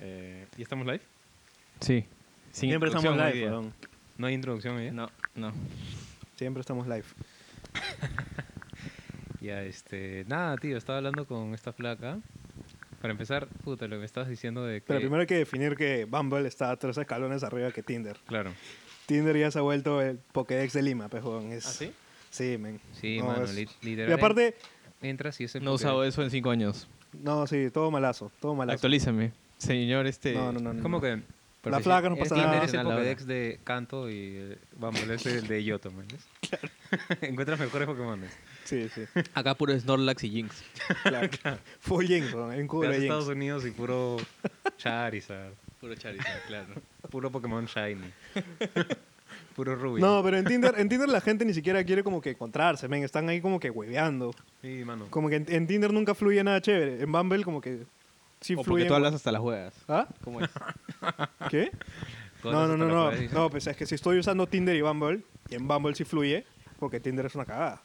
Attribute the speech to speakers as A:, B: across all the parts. A: Eh, ¿Ya estamos live?
B: Sí. Sin
A: Siempre estamos
B: introducción hoy
A: live,
B: día.
A: weón. ¿No hay introducción hoy día?
B: No, no.
A: Siempre estamos live. ya, este... Nada, tío, estaba hablando con esta flaca. Para empezar, puta, lo que me estabas diciendo de que...
C: Pero primero hay que definir que Bumble está tres escalones arriba que Tinder.
A: Claro.
C: Tinder ya se ha vuelto el Pokédex de Lima, pejón.
A: ¿Ah,
C: Es... Sí, men.
A: Sí,
C: No,
A: mano,
C: es-
A: li-
C: Y
A: literal.
C: aparte,
A: Entras y ese...
B: No he usado eso en cinco años.
C: no, sí, todo malazo, todo malazo.
B: Actualízame. Señor, este...
C: No, no, no. no.
A: ¿Cómo que...?
C: La flaca no pasa
A: Tinder
C: nada.
A: es el
B: La verdad.
A: Pokédex de Canto y... eh, Vamos, es el de Yoto, ¿me entiendes? Encuentras mejores Pokémones.
C: Sí, sí.
B: Acá puro Snorlax y Jinx.
C: Claro. Full Jinx, weón, hay un
A: Te
C: cubo
A: vas a
C: de
A: Estados
C: Jinx.
A: Unidos y puro Charizard.
B: Puro Charizard, claro.
A: Puro Pokémon Shiny. Puro Ruby.
C: No, pero en Tinder, en Tinder la gente ni siquiera quiere como que encontrarse, men. Están ahí como que hueveando.
A: Sí, mano.
C: Como que en, en Tinder nunca fluye nada chévere. En Bumble como que sí
B: o porque
C: fluye.
B: tú hablas hasta las juegas.
C: ¿Ah?
B: ¿Cómo es?
C: ¿Qué? No, no, no, no. No, pues es que si estoy usando Tinder y Bumble, y en Bumble sí fluye, porque Tinder es una cagada.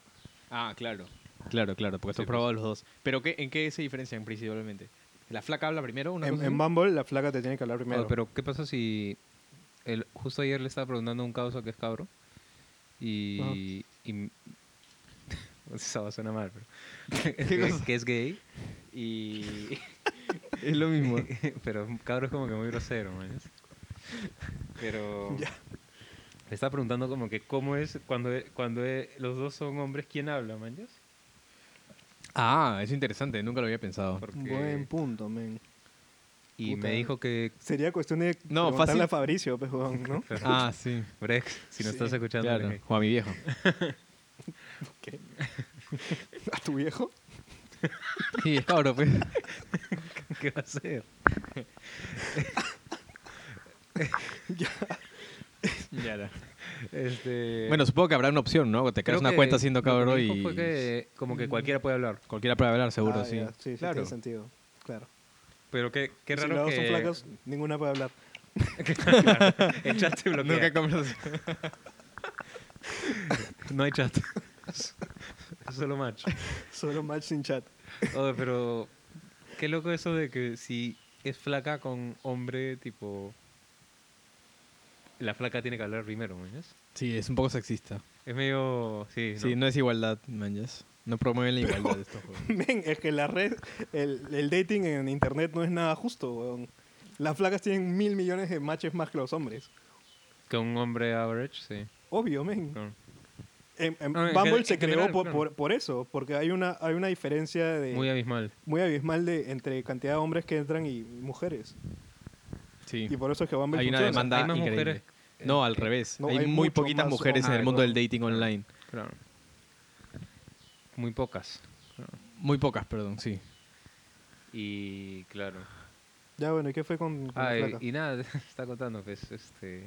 B: Ah, claro. Claro, claro, porque tú has probado los dos. ¿Pero qué, en qué se diferencian principalmente? ¿La flaca habla primero? Una
C: En,
B: cosa
C: en
B: así?
C: Bumble la flaca te tiene que hablar primero.
A: pero ¿qué pasa si el, justo ayer le estaba preguntando a un causa que es cabro y, y eso suena mal, pero que, es- que es gay y
B: Es lo mismo.
A: pero cabro es como que muy grosero, man. Pero le estaba preguntando como que cómo es cuando cuando eh, los dos son hombres quién habla, manches?
B: ah, es interesante. Nunca lo había pensado.
C: Buen punto, men.
A: y
C: puta.
A: me dijo que
C: Sería cuestión de
B: No,
C: preguntarle
B: fácil.
C: a Fabricio, pues, weón, ¿no?
B: Ah, sí.
A: Brex, si no estás escuchando,
B: Claro.
A: eres gay.
B: O a mi viejo.
C: ¿A tu viejo?
B: Sí, es cabrón, pues.
A: ¿qué va a hacer?
B: Ya era.
A: Este,
B: Bueno, supongo que habrá una opción, ¿no? Te
A: creo
B: creas una
A: que
B: cuenta siendo
A: lo que me
B: cabrón
A: dijo
B: y Mm.
A: fue que como que cualquiera puede hablar.
B: cualquiera puede hablar, seguro,
C: Ah,
B: sí.
C: ya, Sí, sí,
B: Claro.
C: tiene sentido. Claro.
A: Pero qué, qué
C: si
A: raro
C: los dos
A: que...
C: son flacos, ninguna puede hablar.
A: el chat se bloquea.
B: Nunca conversas.
A: No hay chat. Solo match.
C: Solo match sin chat.
A: Oye, pero qué loco eso de que si es flaca con hombre, tipo... La flaca tiene que hablar primero, ¿me entiendes?
B: Sí, es un poco sexista.
A: Es medio... Sí,
B: Sí, no es igualdad, manjas. No promueven la igualdad de este estos juegos.
C: Men, es que la red, el, el dating en internet no es nada justo, weón. Las flacas tienen mil millones de matches más que los hombres.
A: Que un hombre average, sí.
C: Obvio, men.
A: Claro.
C: En- en
A: No, en
C: Bumble
A: gen-
C: se
A: en
C: creó
A: general,
C: por,
A: claro.
C: por- por eso, porque hay una, hay una diferencia de,
A: Muy
C: muy,
A: abismal.
C: abismal de, entre cantidad de hombres que entran y mujeres.
B: Sí.
C: Y por eso es que Bumble
B: Hay una
C: funciona.
B: demanda
A: Hay más
B: increíble.
A: mujeres.
B: No, al revés.
C: No,
B: hay,
C: hay
B: muy
C: mucho
B: poquitas
C: más
B: mujeres en
A: hombres.
B: el mundo del dating online.
A: Claro. Muy pocas.
B: Muy pocas, perdón, sí.
A: Y claro.
C: Ya, bueno, ¿y qué fue con, con la
A: Ah, y,
C: flaca?
A: y nada, está contando, pues, este...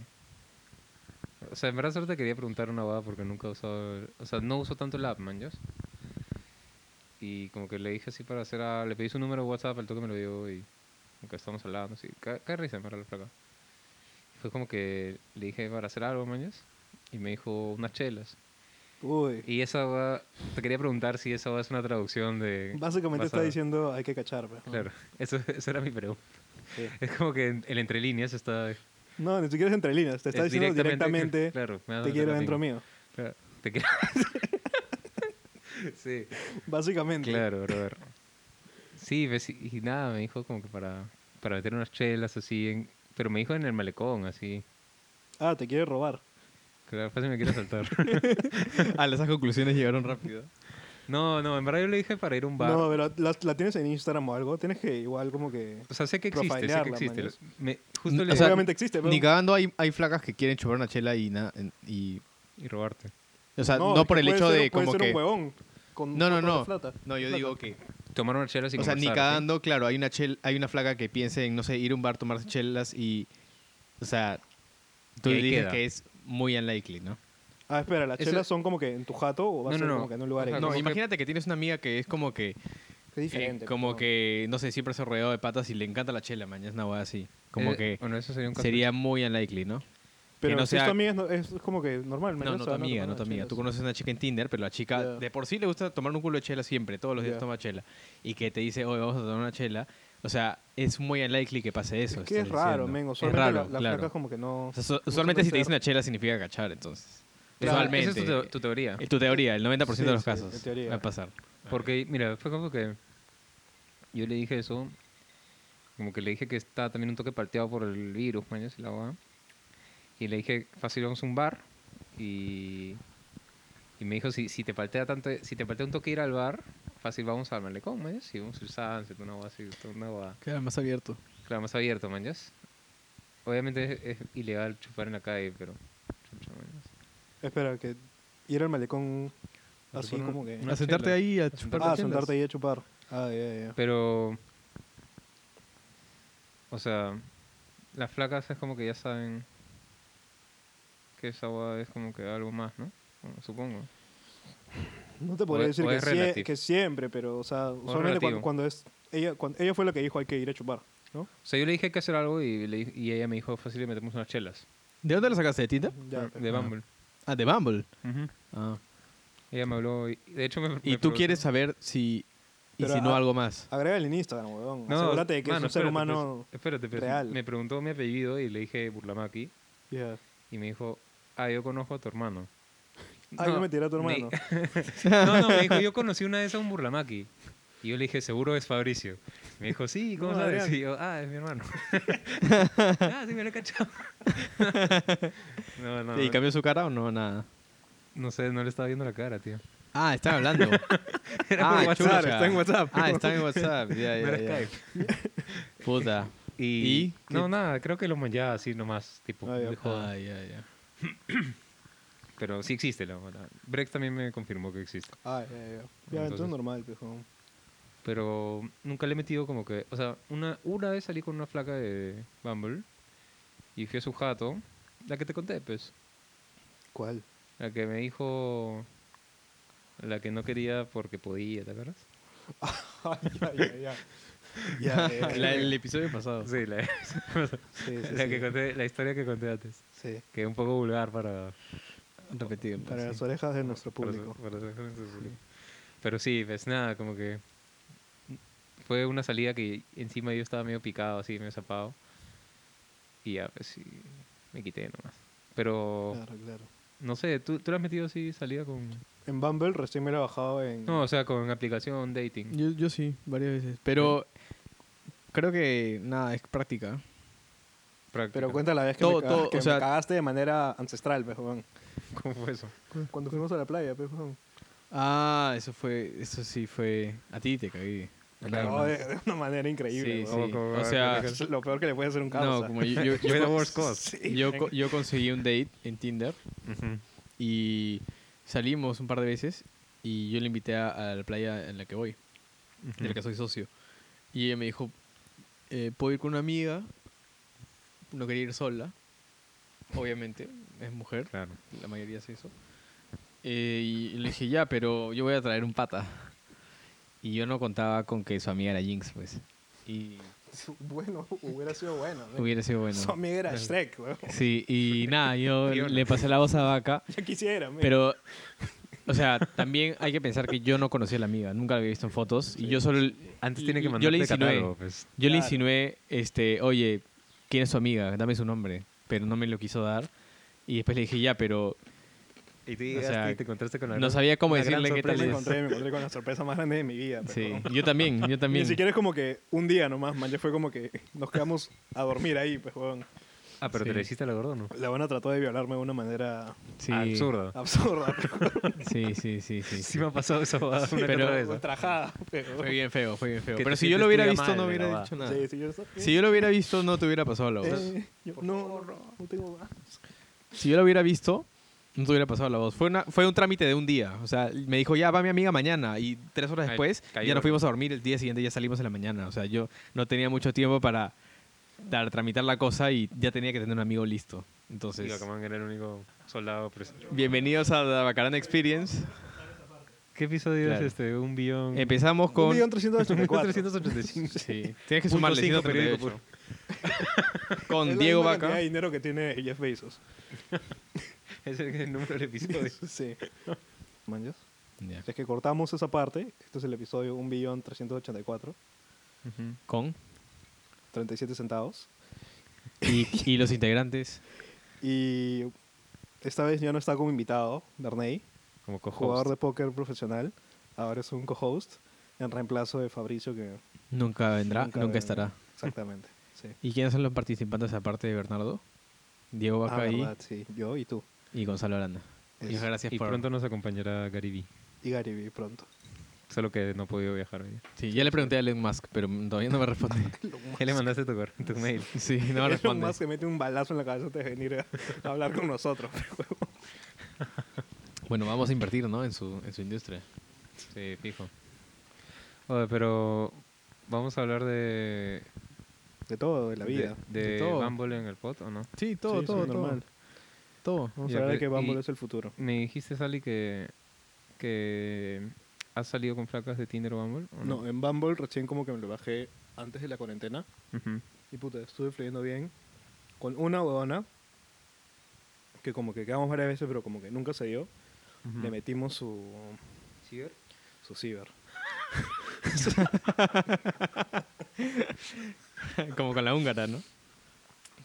A: O sea, en verdad solo te quería preguntar una boda porque nunca he usado... el- O sea, no uso tanto el app, man, ¿yos? Y como que le dije así para hacer... a- le pedí su número de WhatsApp, el toque me lo dio y... Como que estamos hablando, así. Qué qué risa, para la flaca. Fue como que le dije para hacer algo, man, ¿yos? Y me dijo unas chelas.
C: Uy,
A: Y esa boda... Te quería preguntar si esa boda es una traducción de...
C: básicamente está
A: basada.
C: diciendo hay que cachar, pues.
A: Claro, eso, esa era mi pregunta.
C: Sí.
A: Es como que en, el entre líneas está...
C: No, ni siquiera es entre líneas, te está
A: es
C: diciendo directamente,
A: claro, me das
C: te
A: la
C: quiero
A: pinga.
C: dentro mío.
A: Claro, te quiero. sí,
C: Básicamente.
A: claro, brother. Sí, ves, y y nada, me dijo como que para, para meter unas chelas así, en- pero me dijo en el malecón, así.
C: Ah, te quiere robar.
A: Claro, fácil me quiero saltar.
B: A Ah, esas conclusiones llegaron rápido.
A: no, no, en verdad yo le dije para ir a un bar.
C: No, pero la, la tienes en Instagram o algo, tienes que igual como que...
A: o sea, sé que existe, sé que
C: profilearla,
A: existe.
C: mañas.
A: Me, justo
B: O
A: le
B: sea,
C: Obviamente existe, pero...
B: Ni cagando hay, hay flacas que quieren chupar una chela y nada. Y,
A: y robarte.
B: o sea, no,
C: es que
B: por el
C: puede
B: hecho
C: ser-
B: de
C: puede
B: como
C: ser
B: que.
C: un huevón con
B: No, no,
C: otra
B: no.
C: plata.
B: No, yo
C: Plata.
B: digo que.
A: Tomar unas chelas y
B: O sea, ni
A: conversar, ¿sí?
B: cagando, claro, hay una chel, hay una flaca que piensa en, no sé, ir a un bar, tomarse chelas y. O sea, tú
A: Y
B: le
A: ahí
B: dices
A: queda.
B: que es muy unlikely, ¿no?
C: Ah, espera, ¿las
A: Eso-
C: chelas son como que en tu jato o
A: No,
C: va a
A: no,
C: ser
A: no.
C: como que en un lugar
A: O sea,
C: X?
A: como
B: No,
A: que-
B: imagínate que tienes una amiga que es como que.
C: Es
B: eh,
C: diferente.
B: como
C: pero-
B: que, no sé, siempre se rodeado de patas y le encanta la chela, mañana es una hueá así. Como
A: Eh,
B: que
A: Bueno, eso sería un caso
B: sería muy unlikely, ¿no?
C: Pero
B: que no
C: si es
B: sea-
C: tu amiga, es, no- es como que normal.
B: No, no tu amiga, no tu amiga. Tú conoces a una chica en Tinder, pero la chica
C: Ya.
B: de por sí le gusta tomar un culo de chela siempre, todos los días
C: Ya.
B: toma chela. Y que te dice, oye, vamos a tomar una chela. O sea, es muy unlikely que pase eso.
C: Es que es
B: estoy
C: raro,
B: diciendo.
C: men.
B: Es
C: Usualmente
B: raro,
C: la- las
B: claro.
C: flacas como que no...
B: O sea, su-
C: no
B: usualmente
C: suelen
B: si te
C: ser-
B: dicen una chela significa cachar, entonces.
A: Claro,
B: usualmente.
A: Esa es tu, teo- tu teoría.
B: Es tu teoría, el 90% de
C: Sí,
B: los
C: sí, en
B: casos
C: teoría.
B: va a pasar.
A: Porque, mira, fue como que yo le dije eso, como que le dije que está también un toque parteado por el virus, mañana la huevada. Y le dije, fácil, vamos a un bar. Y, y me dijo, si, si te paltea tanto, si te paltea un toque ir al bar, fácil, vamos al malecón, mañas. Y vamos al sunset, una huevada así, toda una huevada.
D: Queda más abierto.
A: Claro, más abierto, mañas. Obviamente es, es ilegal chupar en la calle, pero... chucha, mañas.
C: Espera, que ir al malecón así
A: Malecón,
C: como que...
A: Una
D: a sentarte
A: chela.
D: ahí a
A: sentarte
D: chupar.
C: Ah,
D: chelas.
C: sentarte ahí a chupar. Ah, ya, ya, ya.
A: Pero. O sea, las flacas es como que ya saben que esa boda es como que algo más, ¿no? Bueno, supongo.
C: No te podría
A: es-
C: decir
A: o
C: que,
A: es
C: sie-
A: relativo.
C: que siempre, pero, o sea, usualmente cuando,
A: relativo.
C: cuando es... Ella, cuando, ella fue la que dijo hay que ir a chupar, ¿no?
A: O sea, yo le dije que hacer algo y, le di- y ella me dijo fácil y metemos unas chelas
B: ¿De dónde lo sacaste? ¿De Tinder?
C: Ya,
A: de Bumble.
B: Ah, de Bumble.
A: Ujú.
B: Ah.
A: Ella me habló y de hecho me. me
B: Y tú
A: preguntó-
B: quieres saber si
C: Pero,
B: insinuó
C: ah,
B: algo más.
C: Agrégale en Instagram, weón.
A: No,
C: Asegúrate de que
A: mano,
C: es un ser
A: espérate,
C: humano...
A: pues, espérate, pues,
C: real.
A: Me preguntó mi apellido y le dije Burlamaki
B: pues.
C: Ya.
A: y me dijo, ah, yo conozco a tu hermano.
C: Ah, yo me tiré a tu
A: me-
C: hermano.
A: No, no, me dijo, yo conocí una vez a un burlamaki. Y yo le dije, seguro es Fabricio. Me dijo, sí, ¿cómo
C: No,
A: sabes?
C: Adrián.
A: Y yo, ah, es mi hermano. ah, sí, me lo he cachado. no, no,
B: ¿Y cambió su cara o no? Nada.
A: no sé, no le estaba viendo la cara, tío.
B: Ah, estaba hablando. ah,
A: por WhatsApp,
B: chucha.
A: está en WhatsApp.
B: Ah, está en WhatsApp. Ya,
A: No
B: ya,
A: era
B: ya.
A: Skype.
B: Puta.
A: Y,
B: ¿Y?
A: No, nada, creo que lo manchaba así nomás, tipo,
C: Ah, ya.
A: de joda.
B: Ay, ay, ay.
A: Pero sí existe la boda. Brex también me confirmó que existe.
C: Ah, ya, ya. Ya, entonces
A: Entonces-
C: normal, pues, weón.
A: Pero nunca le he metido como que... O sea, una, una vez salí con una flaca de Bumble y fui a su jato, la que te conté, pues.
C: ¿Cuál?
A: La que me dijo. La que no quería porque podía, ¿te acuerdas?
C: Ah, ya, ya, ya. Ya, ya, ya.
B: La- el episodio pasado.
A: Sí, la,
C: Sí, sí,
A: la
C: sí.
A: que conté, la historia que conté antes.
C: Sí,
A: Que es un poco vulgar para,
B: Repetido.
A: pues,
C: para
B: sí.
C: las orejas de nuestro
A: para su-
C: público.
A: para su- para su público. Pero sí, pues nada, como que. Fue una salida que encima yo estaba medio picado, así, medio zapado. Y ya, pues sí, me quité nomás. Pero,
C: Claro, claro.
A: no sé, ¿tú, ¿tú la has metido así salida con.?
C: En Bumble recién me lo he bajado en...
A: No, o sea, con aplicación dating.
D: Yo, yo sí, varias veces.
B: Pero creo que nada, es práctica.
A: práctica.
C: Pero cuenta la vez que,
B: Todo,
C: me, ca-
B: todo,
C: que
B: o
C: me
B: sea-
C: cagaste de manera ancestral, pues, weón.
A: ¿Cómo fue eso?
C: Cuando fuimos a la playa, pues, weón.
B: Ah, eso fue, eso sí fue. A ti te caí.
C: Me cagó de, de una manera increíble,
B: Sí,
C: weón.
B: sí.
A: como-
B: O sea,
C: Es lo peor que le puede hacer un caso.
B: no, como yo, yo, yo
A: Fue the
B: con-
A: worst cause.
C: Sí.
B: yo co- yo conseguí un date en Tinder y salimos un par de veces y yo le invité a, a la playa en la que voy, de la que soy socio. Y ella me dijo, eh, puedo ir con una amiga, no quería ir sola, obviamente, es mujer,
A: Claro.
B: la mayoría hace eso. Eh, y le dije, ya, pero yo voy a traer un pata. Y yo no contaba con que su amiga era Jinx, pues. Y
C: Bueno, hubiera sido bueno. weón.
B: hubiera sido bueno.
C: Su amiga era Shrek, weón.
B: Sí, y nada, yo
A: Fiona.
B: le pasé la voz a Vaca,
C: Ya quisiera, men.
B: pero, o sea, también hay que pensar que yo no conocía a la amiga, nunca la había visto en fotos, y yo solo...
A: Antes tiene que
B: yo
A: mandarte
B: le insinué,
A: catálogo, pues.
B: Yo le
C: Claro.
B: insinué, este, oye, ¿quién es su amiga? Dame su nombre, pero no me lo quiso dar. Y después le dije, ya, pero
A: Y tú
B: llegaste sea, y te
A: encontraste con
B: no sabía cómo
A: una gran
B: decirle qué tal
C: me
A: sorpresa.
B: es.
C: encontré, me encontré con la sorpresa más grande de mi vida. pues,
B: Sí,
C: weón.
B: yo también, yo también.
C: Ni siquiera es como que un día nomás, man. Ya fue como que nos quedamos a dormir ahí, pues, weón.
A: Ah, pero
B: Sí.
A: te le hiciste a la gorda, ¿no?
C: La buena trató de violarme de una manera
B: Sí,
C: Ah.
A: Absurdo.
C: absurda, pues. pero,
B: Sí, sí, sí, sí.
A: Sí me ha pasado eso una que
B: pero-
A: otra vez, ¿ah?
C: ultrajada. Pero,
B: Fue bien feo, fue bien feo.
A: Que te
B: Pero si yo lo
A: sientes
B: hubiera
A: tuya
B: visto,
A: madre,
B: no
A: la
B: hubiera
A: va.
B: dicho nada.
C: sí, sí, yo,
B: Si yo lo hubiera visto, no te hubiera pasado la voz.
C: Eh, yo- no, no, no tengo más.
B: Si yo lo hubiera visto, no te hubiera pasado la voz. Fue, una, fue un trámite de un día. O sea, me dijo, ya va mi amiga mañana. Y tres horas
A: Ay,
B: después,
A: cayó,
B: ya
A: ¿no?
B: nos fuimos a dormir. El día siguiente ya salimos en la mañana. O sea, yo no tenía mucho tiempo para dar, tramitar la cosa y ya tenía que tener un amigo listo.
A: Y
B: Entonces,
A: Bacamán era el único soldado pues. presente.
B: bienvenidos a la Bacarana Experience.
A: ¿Qué episodio
B: Claro.
A: es este? Un billón...
B: Empezamos
C: Un
B: con...
C: millón trescientos ochenta y cuatro.
A: 385.
B: Sí, tienes que
A: Punto
B: sumarle
A: cinco periódico
B: 138.
C: Es
B: Con
C: la
B: Diego
C: misma cantidad
B: Vaca.
C: de dinero que tiene Jeff Bezos.
A: Es el, el número del episodio.
C: sí. ¿Manjas?
B: Ya.
C: Si es que cortamos esa parte, este es el episodio 1.384,
A: Ujú.
B: Con
C: 37 centavos.
B: Y, y los integrantes.
C: Y esta vez ya no está como invitado, Darnay,
A: Como
C: jugador
A: cojo.
C: de póker profesional. Ahora es un co-host en reemplazo de Fabricio, que
B: Nunca vendrá, nunca,
C: ven-
B: estará.
C: Exactamente. Sí.
B: ¿Y quiénes son los participantes aparte de Bernardo? Diego
C: Ah,
B: Bacay
C: verdad, sí. Yo y tú.
B: y Gonzalo Aranda.
C: Es-
B: Muchas gracias
A: Y
B: por...
A: pronto nos acompañará Garibi.
C: Y Gary B pronto.
A: Solo que no ha podido viajar hoy. día.
B: Sí, ya le pregunté a Elon Musk, pero todavía no me responde.
A: ¿Qué le mandaste tu, cor- tu mail?
B: Sí, no me
C: Elon
B: responde.
C: Musk que mete un balazo en la cabeza antes de venir a, a hablar con nosotros.
B: Bueno, vamos a invertir, ¿no? En su, en su industria.
A: Sí, fijo. Oye, pero vamos a hablar de...
C: De todo, de la vida.
A: De,
B: De
A: de
B: todo.
A: Bumble en el pod, ¿o no?
B: Sí, todo,
C: Sí,
B: todo,
C: sí,
B: todo.
C: normal.
B: Todo.
C: Vamos
A: Ya,
C: a
A: pero-
C: ver que Bumble
A: y-
C: es el futuro.
A: Me dijiste, Sally, que, que has salido con flacas de Tinder o Bumble, ¿o no?
C: No, en Bumble recién como que me lo bajé antes de la cuarentena.
A: Ujú.
C: Y puta, estuve fluyendo bien con una huevona que como que quedamos varias veces, pero como que nunca se dio.
A: Ujú.
C: Le metimos su, su ciber.
B: Como con la húngara, ¿no?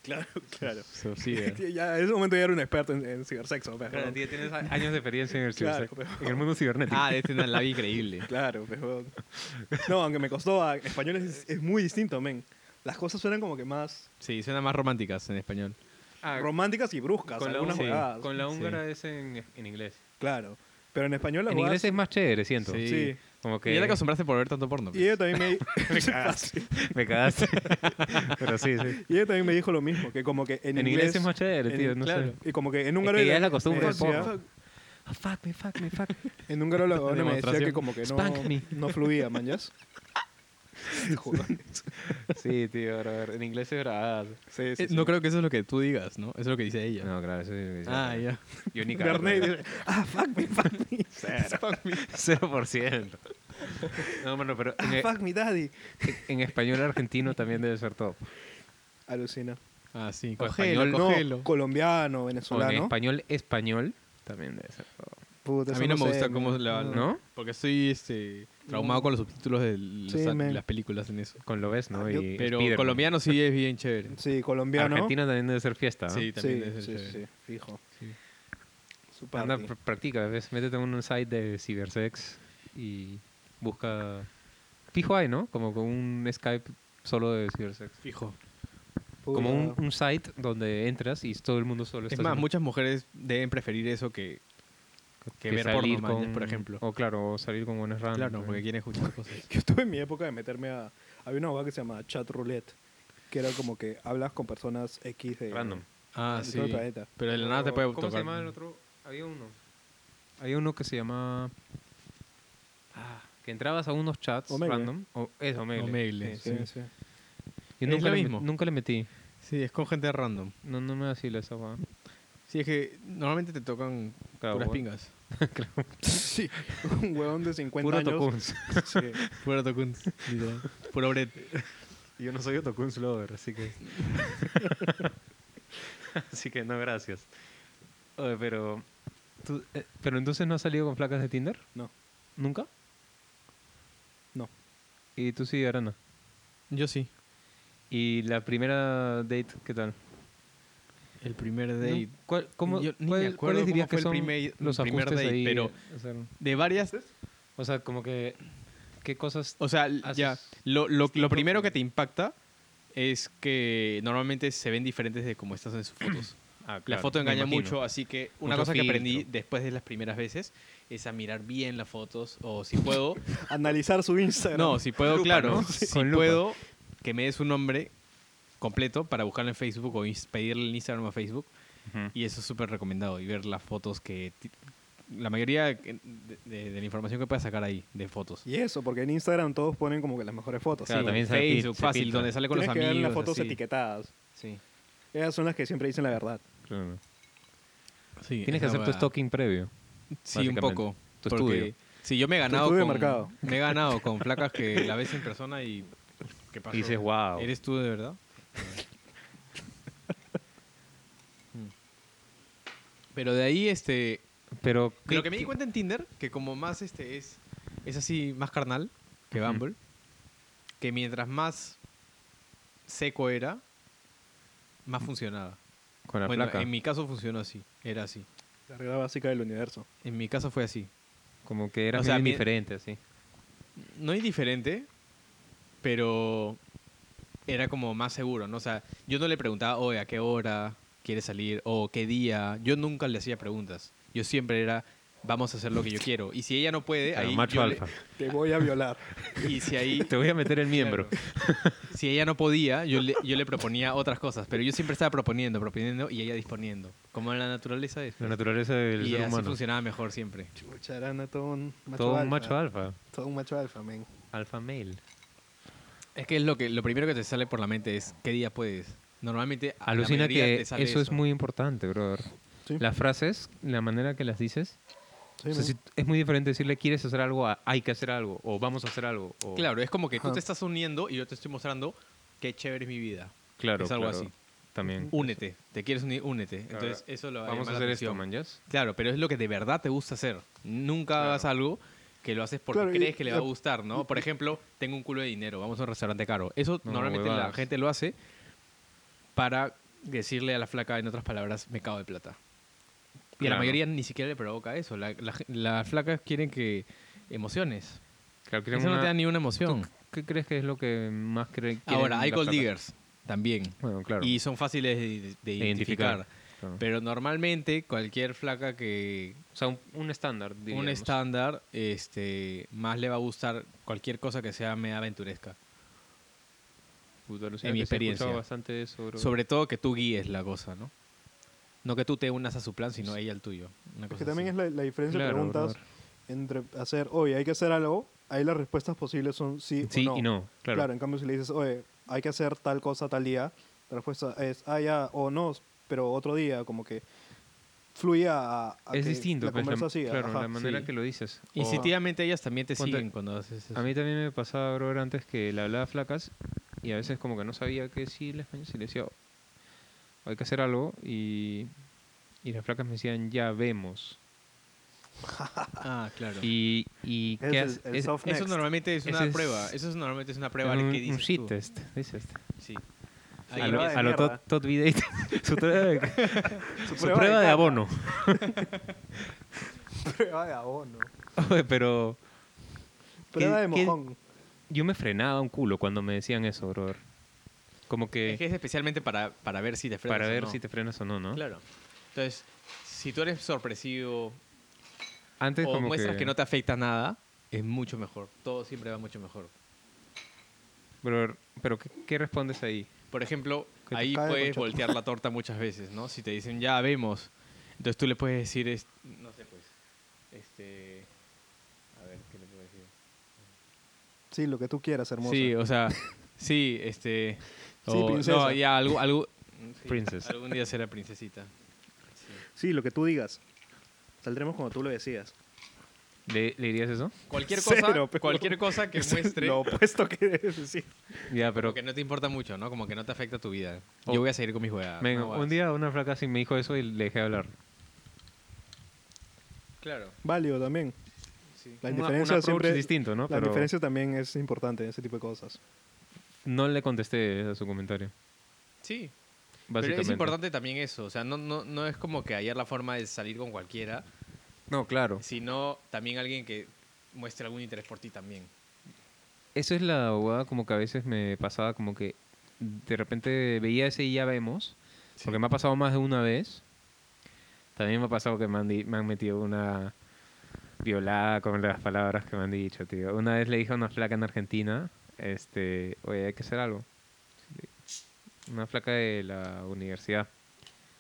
C: Claro, claro.
B: So, sí, eh.
C: Ya, en ese momento ya era un experto en, en cibersexo. pero-
A: Claro, tía, tienes a- años de experiencia en el,
C: Claro,
A: ciberse- en el mundo cibernético.
B: ah, de este una labia increíble.
C: Claro, pero... No, aunque me costó, a español es, es muy distinto, men. Las cosas suenan como que más
B: Sí, suenan más románticas en español.
A: Ah,
C: románticas y bruscas,
A: con, la
C: algunas
A: húngara-
C: jugadas.
A: con la
B: Sí.
A: húngara es en, en inglés.
C: Claro. Pero en español las
A: En
C: huevadas-
A: inglés es más chévere, siento.
B: Sí.
C: Sí.
A: Como
B: Y
A: que
B: ya te acostumbraste por ver tanto porno. pues.
C: Y ella también me...
A: Me cagaste. me cagaste. Pero sí, sí.
C: Y ella también me dijo lo mismo, que como que en,
A: En, inglés, es más chévere,
C: en-
A: tío. No
C: claro,
A: sé.
C: Y como que en húngaro...
A: Es que ya
C: la-
A: es la costumbre
C: me
A: del
C: decía-
A: porno. Ah, fuck me, fuck me, fuck.
C: En húngaro la huevona me decía que
B: Demostración.
C: como que no,
A: Spank me.
C: no fluía, manjas. Jodones.
A: sí, tío, pero a ver, en inglés es verdad.
C: sí,
A: Eh,
C: sí, sí.
B: Eh, no creo que eso es lo que tú digas, ¿no? Eso es lo que dice ella.
A: No, claro, eso es.
B: ah, ya.
A: Yo ni cagando.
C: Bernet dice, ah, fuck me, fuck me. Cero.
A: 0%. No, bueno, pero
C: Ah,
A: en, e-
C: fuck me, daddy.
A: en español argentino también debe ser top.
C: Alucina.
B: Ah, sí. con
C: Cogelo,
B: español,
C: no,
B: cogelo.
C: colombiano,
A: O en
C: venezolano.
A: español español también debe ser top.
C: Puta,
B: A
C: eso
B: mí no me
C: sé,
B: gusta
C: man.
B: cómo la...
A: ¿No?
B: Porque estoy este, traumado con los subtítulos de los-
C: Sí, man.
B: las películas en eso.
A: Con lo ves, ¿no?
C: Ah, yo-
A: Y
B: Pero
A: Spiderman.
B: colombiano sí es bien chévere.
C: Sí, colombiano.
A: Argentina también debe ser fiesta. ¿no?
B: Sí, también
C: Sí,
B: es
C: sí,
B: chévere.
C: sí, fijo.
B: Sí.
C: Su
A: Anda,
C: party.
A: pr- practica, ves, métete en un site de cibersex y busca... Fijo hay, ¿no? Como con un Skype solo de cibersex.
B: Fijo.
C: Puta.
A: Como un, un site donde entras y todo el mundo solo está...
B: Es más,
A: haciendo-
B: muchas mujeres deben preferir eso que, que ver porno,
A: salir
B: man, por ejemplo.
A: O claro, o salir con buenas random.
B: Claro, porque
A: también.
B: quieren escuchar cosas.
C: Yo estuve en mi época de meterme a... Había una hueá que se llamaba chat roulette, que era como que hablas con personas X de...
A: Random.
B: Ah,
C: De
B: sí.
C: todo el planeta.
B: Pero de la nada te puede
A: ¿Cómo
B: tocar.
A: se llamaba el otro? Había uno. Había uno que se llamaba... Ah, que entrabas a unos chats
C: Omegle.
A: random. O, es Omegle.
B: Omegle,
A: Sí.
C: Sí,
B: Sí.
C: sí.
A: Yo
B: Es
A: nunca
B: lo
A: le,
B: mismo.
A: met- nunca le metí.
B: Sí, es con gente random.
A: No, no me vacila esa hueá.
B: Sí, es que normalmente te tocan
A: Claro,
B: puras
A: bueno.
B: pingas.
C: Sí, un huevón de 50
A: Puro
C: años.
A: tocuns.
C: Sí.
B: Puro tocun. Puro bret.
A: Yo no soy Otokuns Lover, así que. así que no, gracias. Oye, pero. tú- eh, pero entonces no has salido con placas de Tinder?
C: No,
A: ¿Nunca?
C: no.
A: Y tú sí, Arana.
B: Yo sí.
A: ¿Y la primera date qué tal?
B: El primer date.
A: No, ¿Cuál, cómo,
B: Yo ni me
A: cuál-
B: acuerdo
A: ¿Cuáles dirías
B: cómo
A: que son
B: fue el primer-
A: los
B: primer
A: ajustes
B: date,
A: ahí?
B: pero-
A: O sea,
B: De varias.
A: o sea, como que. ¿Qué cosas.?
B: O sea,
A: Haces
B: ya. Lo, lo, lo primero que te impacta es que normalmente se ven diferentes de cómo estás en sus fotos.
A: Ah,
B: La
A: claro,
B: foto
A: me
B: engaña
A: imagino.
B: mucho, así que una
A: Mucho
B: cosa que aprendí
A: filtro.
B: después de las primeras veces es a mirar bien las fotos o si puedo,
C: Analizar su Instagram.
B: no, si puedo,
A: Lupa,
B: claro,
A: ¿no?
B: si
A: Con lupa.
B: puedo que me des un nombre completo para buscarlo en Facebook o ins- pedirle en Instagram o Facebook
A: Ujú.
B: y eso es súper recomendado y ver las fotos que ti- la mayoría que- de, de- de la información que puedas sacar ahí de fotos.
C: Y eso, porque en Instagram todos ponen como que las mejores fotos.
A: Claro,
B: Sí,
A: también se pi-
B: Facebook
A: se
B: fácil
A: filtra.
B: donde sale con
C: Tienes
B: los
C: que ver
B: amigos.
C: las fotos
B: así.
C: etiquetadas.
B: Sí.
C: Ellas son las que siempre dicen la verdad.
A: Claro.
B: Sí,
A: Tienes que
B: esa
A: hacer tu
B: hueá.
A: stalking previo.
B: Sí, un
A: básicamente.
B: poco.
A: Tu
B: porque-
A: estudio.
B: Sí, yo me he ganado
C: estudio
B: con,
C: marcado.
B: Me he ganado con placas que la ves en persona y ¿qué pasó?
A: Y dices, wow.
B: ¿Eres tú de verdad? Mm. Pero de ahí este
A: Pero.
B: lo que me di cuenta en Tinder que como más este es es así más carnal que
A: Ujú.
B: Bumble, que mientras más seco era, más funcionaba.
A: Con la
B: bueno,
A: placa.
B: en mi caso funcionó así, era así.
C: La regla básica del universo.
B: En mi casa fue así.
A: Como que era
B: o sea,
A: bien
B: mi-
A: diferente, así.
B: No indiferente, pero era como más seguro, ¿no? O sea, yo no le preguntaba, oye, ¿a qué hora quieres salir? O ¿qué día? Yo nunca le hacía preguntas. Yo siempre era, vamos a hacer lo que yo quiero. Y si ella no puede,
A: Claro,
B: ahí
A: macho
B: yo le-
A: alfa.
C: Te voy a violar.
B: y si ahí
A: Te voy a meter el miembro.
B: si ella no podía, yo le, yo le proponía otras cosas, pero yo siempre estaba proponiendo, proponiendo y ella disponiendo, como en la naturaleza es.
A: La naturaleza del
B: Y
A: ser
B: así
A: humano.
B: funcionaba mejor siempre.
C: Chucharana, todo un macho
A: Todo
C: alfa.
A: un macho alfa.
C: Todo un macho alfa, men.
A: Alfa male.
B: Es que es lo que lo primero que te sale por la mente es qué día puedes. Normalmente a la
A: Alucina
B: mayoría
A: que
B: te
A: eso,
B: sale
A: es muy importante, brother.
C: Sí.
A: Las frases, la manera que las dices.
C: Sí,
A: o sea,
C: men.
A: si- es muy diferente decirle quieres hacer algo a hay que hacer algo o vamos a hacer algo. o-
B: Claro, es como que tú
C: Ajá.
B: te estás uniendo y yo te estoy mostrando qué chévere es mi vida.
A: claro.
B: es algo
A: claro.
B: así.
A: También.
B: Únete, te quieres unir, únete. Entonces eso lo va
A: Vamos
B: llamar
A: a
B: la
A: hacer esto,
B: atención.
A: manjas.
B: Claro, pero es lo que de verdad te gusta hacer. Nunca hagas algo que lo haces porque
C: Claro, y eh,
B: crees que le va a
C: la-
B: gustar, ¿no? Por ejemplo, tengo un culo de dinero, vamos a un restaurante caro. Eso
A: No,
B: normalmente la
A: huevadas.
B: gente lo hace para decirle a la flaca, en otras palabras, me cago de plata. Y a la
A: Claro.
B: mayoría ni siquiera le provoca eso. La- la- Las flacas quieren que emociones.
A: Claro, que
B: Eso
A: una-
B: no te da ni una emoción.
A: ¿Qué crees que es lo que más cree quieren
B: Ahora, hay
A: las
B: gold
A: placas?
B: diggers también.
A: Bueno, claro.
B: Y son fáciles de, de
A: De
B: identificar.
A: Claro.
B: Pero normalmente cualquier flaca que
A: o sea, un, un estándar, diríamos.
B: un estándar, este, más le va a gustar cualquier cosa que sea media aventuresca.
A: Puta, alucina
B: en mi
A: que sí he
B: experiencia.
A: escuchado bastante eso, bro.
B: Sobre todo que tú guíes la cosa, ¿no? No que tú te unas a su plan, sino ella al tuyo. Una
C: Porque
B: cosa
C: también es
B: así.
C: la, la diferencia de
A: Claro,
C: preguntas
A: brother.
C: entre hacer, oye, hay que hacer algo, ahí las respuestas posibles son sí,
A: Sí
C: o no.
A: y no, claro.
C: en cambio si le dices, oye, hay que hacer tal cosa tal día, la respuesta es, ah, ya, o no, pero otro día, como que fluye a, a
A: es
C: Ah, que
A: distinto,
C: la
A: pues,
C: conversa siga.
A: claro,
C: Ajá.
A: la manera
B: sí.
A: que lo dices. O-
B: Instintivamente ellas también te
A: Ponte-
B: siguen cuando haces eso.
A: a mí también me pasaba, bro, antes que le hablaba a flacas y a veces como que no sabía qué decirles, man, y le decía, "Oh, hay que hacer algo y, y las flacas me decían, ya vemos.
B: Ah, claro.
A: Y, y
C: Es
A: ¿qué
C: el-
A: haces?
C: el
A: Es-
C: soft
B: eso
C: next.
B: normalmente es una
A: Ese es-
B: prueba. Eso es, normalmente es una
A: es
B: prueba de
A: un,
B: qué
A: un
B: dices
A: shit
B: tú.
A: test, dice este.
B: Sí. Ahí
A: A lo,
B: empieza.
A: a lo
C: mierda.
A: Todd- Todd Vidate. su prueba de, su
C: prueba
A: prueba
C: de
A: de
C: caca.
A: abono.
C: Prueba de abono.
A: Oye, pero
C: Prueba de
A: ¿Qué- qué-
C: mojón.
A: yo me frenaba un culo cuando me decían eso, brother. Como que,
B: Es que es especialmente para, para ver si te frenas
A: para
B: o
A: ver
B: no.
A: si te frenas o no, ¿no?
B: Claro. Entonces, si tú eres sorpresivo,
C: Este
A: Antes
B: o
A: como
B: muestras que... no te afecta nada, es mucho mejor. Todo siempre va mucho mejor.
A: Brother, pero ¿qué, qué respondes ahí?
B: Por ejemplo,
C: Que te
B: ahí
C: cae,
B: puedes
C: concha.
B: voltear la torta muchas veces, ¿no? Si te dicen, ya vemos, entonces tú le puedes decir, es- no sé, pues, este... A ver, ¿qué le puedo decir?
C: Sí, lo que tú quieras, hermoso.
B: Sí, o sea, sí, este...
C: Sí,
B: o- No,
C: princesa.
B: ya, algo... algo sí,
A: Princess.
B: Algún día será princesita.
C: Sí, lo que tú digas. Saldremos como tú lo decías.
A: ¿Le, le dirías eso?
B: Cualquier cosa,
C: Cero, pero-
B: cualquier cosa que muestre...
C: Lo opuesto que debes decir.
A: Ya, pero...
B: Pero que no te importa mucho, ¿no? Como que no te afecta tu vida.
A: O-
B: Yo voy a seguir con mis jugadas.
A: men,
B: no
A: un
B: jodas.
A: día una flaca sí me dijo eso y le dejé de hablar.
B: Claro.
C: Válido también.
B: Sí.
C: La
A: Un-
C: indiferencia
A: un approach
C: siempre...
A: distinto, ¿no?
C: La
A: Pero
C: indiferencia también es importante en ese tipo de cosas.
A: no le contesté a su comentario,
B: Sí. Pero
A: básicamente.
B: es importante también eso. O sea, no, no, no es como que hallar la forma de salir con cualquiera,
A: No, claro.
B: sino también alguien que muestre algún interés por ti también.
A: Eso es la abogada como que a veces me pasaba como que de repente veía ese y ya vemos. Porque me ha pasado más de una vez. También me ha pasado que me han, di- me han metido una violada con las palabras que me han dicho, tío. Una vez le dije a una flaca en Argentina, este, oye, hay que hacer algo. Una flaca de la universidad.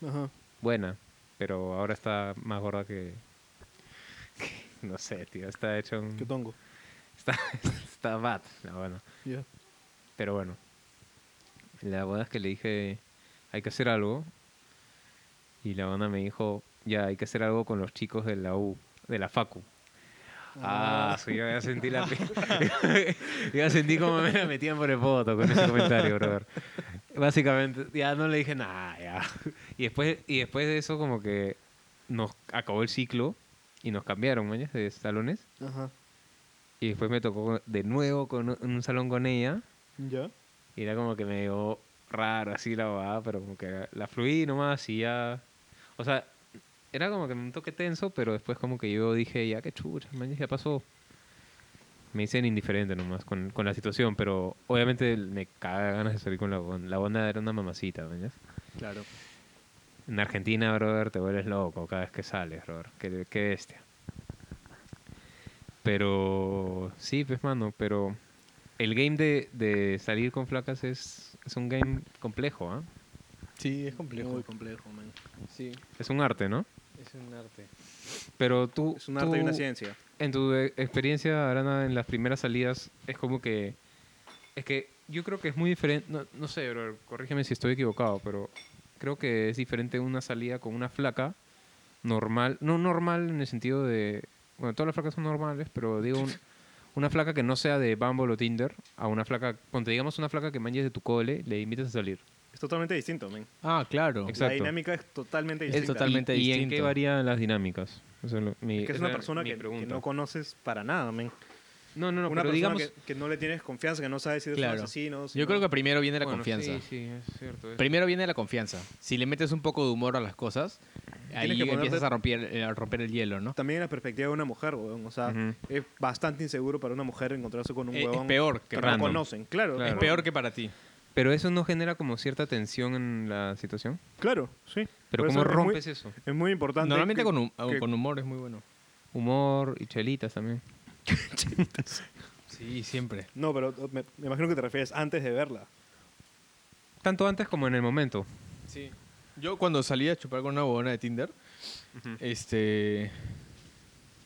C: Ajá.
A: Buena, pero ahora está más gorda que... que- no sé, tío. Está hecha un...
C: Qué tongo.
A: Está, está bad. No, bueno.
C: Ya.
A: Pero bueno, la boda es que le dije, hay que hacer algo. Y la banda me dijo, ya, hay que hacer algo con los chicos de la U, de la Facu. Ah, sí, yo ya sentí la... pi- ya sentí como me la metían por el voto con ese comentario, brother. Básicamente, ya no le dije nada, ya. Y después, y después de eso como que nos acabó el ciclo y nos cambiaron, mañas, de salones.
C: Ajá.
A: Y después me tocó de nuevo con un- en un salón con ella.
C: Ya.
A: Y Y era como que me dio raro así la bobada, pero como que la fluí nomás y ya. O sea, era como que un toque tenso, pero después como que yo dije, ya qué chucha, man, ya pasó. Me hice el indiferente nomás con, con la situación, pero obviamente me caga ganas de salir con la banda. La banda era una mamacita, man.
B: Claro.
A: En Argentina, brother, te vuelves loco cada vez que sales, brother. Qué, qué bestia. Pero sí, pues mano, pero el game de, de salir con flacas es, es un game complejo, ¿ah?
B: Sí, es complejo.
D: Muy complejo, man.
B: Sí,
A: Es un arte, ¿no?
B: es un arte.
A: Pero tú...
C: Es un arte y una
A: tú-
C: ciencia.
A: En tu e- experiencia, Arana, en las primeras salidas, es como que... Es que yo creo que es muy diferente... No, no sé, bro, corrígeme si estoy equivocado, pero creo que es diferente una salida con una flaca normal. No normal en el sentido de... Bueno, todas las flacas son normales, pero digo un- una flaca que no sea de Bumble o Tinder a una flaca... Ponte, digamos, una flaca que manches de tu cole, le invitas a salir.
C: Es totalmente distinto, men.
B: Ah, claro.
A: Exacto.
C: La dinámica es totalmente
B: Es
C: distinta.
B: total- Totalmente
A: ¿Y, y en
B: distinto.
A: qué varían las dinámicas? Eso es lo- mi-
C: Es que es
A: esa
C: una
A: era
C: persona
A: mi
C: que, que
A: pregunta.
C: no conoces para nada, men.
A: No, no, no,
C: una
A: pero
C: persona
A: digamos...
C: que, que no le tienes confianza, que no sabes si es
B: Claro.
C: un asesino. si
B: Yo
C: no.
B: creo que primero viene la
A: Bueno,
B: confianza.
A: Sí, sí, es cierto. es-
B: Primero viene la confianza. Si le metes un poco de humor a las cosas, ahí
C: que ponerte-
B: empiezas a romper, eh, a romper el hielo, ¿no?
C: También en la perspectiva de una mujer, weón. O sea,
A: Ujú.
C: es bastante inseguro para una mujer encontrarse con un
B: Eh, es
C: huevón
B: peor que
C: no
A: random.
C: conocen. Claro,
A: Claro.
B: Es peor que para ti.
A: Pero eso no genera como cierta tensión en la situación.
C: Claro, sí.
A: Pero
C: Por
A: ¿cómo
C: eso es muy-
A: rompes eso?
C: Es muy importante.
B: Normalmente
C: que-
B: con, hum-
C: que-
B: con humor es muy bueno.
A: Humor y chelitas también.
B: Sí, siempre.
C: No, pero o, me, me imagino que te refieres antes de verla.
A: Tanto antes como en el momento.
B: Sí. Yo cuando salí a chupar con una bobona de Tinder, este...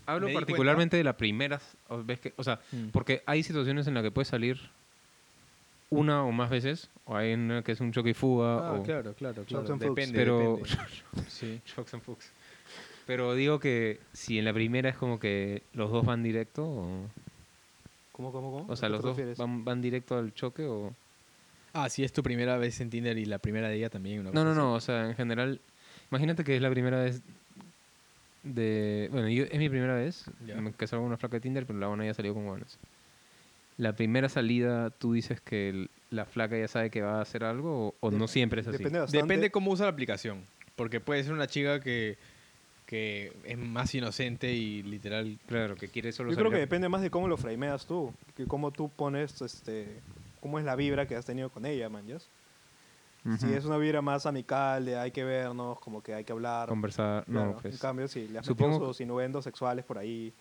A: Hablo
B: Me di
A: particularmente de la primera s- o vez que... O sea,
B: Mm.
A: porque hay situaciones en las que puedes salir una o más veces. O hay una que es un choque y
C: Ah,
A: fuga.
C: oh.
A: o-
B: Ah, claro, claro,
C: Shocks and fucks.
B: Depende,
A: Pero-
B: depende. Sí.
A: Shocks and fucks. Pero digo que si en la primera es como que los dos van directo o...
C: ¿Cómo, cómo, cómo?
A: O sea, los dos van, van directo al choque o...
B: Ah, si es tu primera vez en Tinder y la primera de ella también. una
A: No,
B: cosa
A: no,
B: así.
A: no, o sea, en general, imagínate que es la primera vez de... Bueno, yo, es mi primera vez
B: Ya.
A: me- que salgo con una flaca de Tinder, pero la buena ya salió con buenas. La primera salida, ¿tú dices que el- la flaca ya sabe que va a hacer algo o, o no siempre es así?
C: Depende bastante.
B: Depende cómo usa la aplicación. Porque puede ser una chica que, que es más inocente y literal.
A: Claro, que quiere solo
C: Yo creo que
A: salir a-
C: depende más de cómo lo frameas tú. Que cómo tú pones, este... Cómo es la vibra que has tenido con ella, man, ¿ya? Si
A: Ujú.
C: es una vibra más amical, de hay que vernos, como que hay que hablar.
A: Conversar,
C: claro.
A: no,
C: En
A: pues...
C: cambio, si le has
A: Supongo
C: metido
A: que-
C: sus innuendos sexuales por ahí.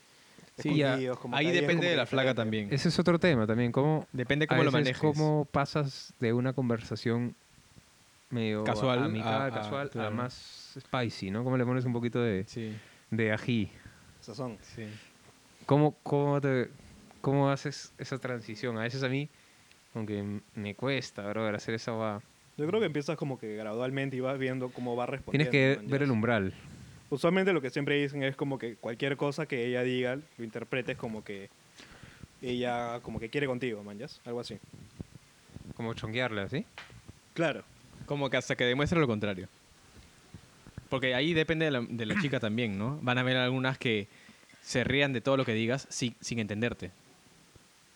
A: Sí, ya.
C: escondidos, como
B: Ahí
C: que es
B: depende
C: como
B: de
C: que
B: la flaca
C: diferente.
B: también.
A: Ese es otro tema también, cómo...
B: Depende
A: a
B: cómo lo
A: veces
B: manejes.
A: ¿Cómo pasas de una conversación medio
B: Casual a-
A: amical,
B: a-
A: casual, a
B: claro.
A: más spicy, ¿no? ¿Cómo le pones un poquito de,
B: Sí,
A: de ají?
C: Sazón.
B: sí.
A: ¿Cómo, cómo, te- cómo haces esa transición? A veces a mí, aunque m- me cuesta, brother, hacer esa va.
C: Yo creo que empiezas como que gradualmente y vas viendo cómo va
A: Tienes
C: respondiendo.
A: que
C: man, ya.
A: ver el umbral.
C: Usualmente lo que siempre dicen es como que cualquier cosa que ella diga, lo interpretes como que ella como que quiere contigo, manjas, algo así.
A: Como chonguearla, ¿sí?
C: Claro.
B: Como que hasta que demuestre lo contrario. Porque ahí depende de la, de la chica también, ¿no? Van a haber algunas que se rían de todo lo que digas sin, sin entenderte,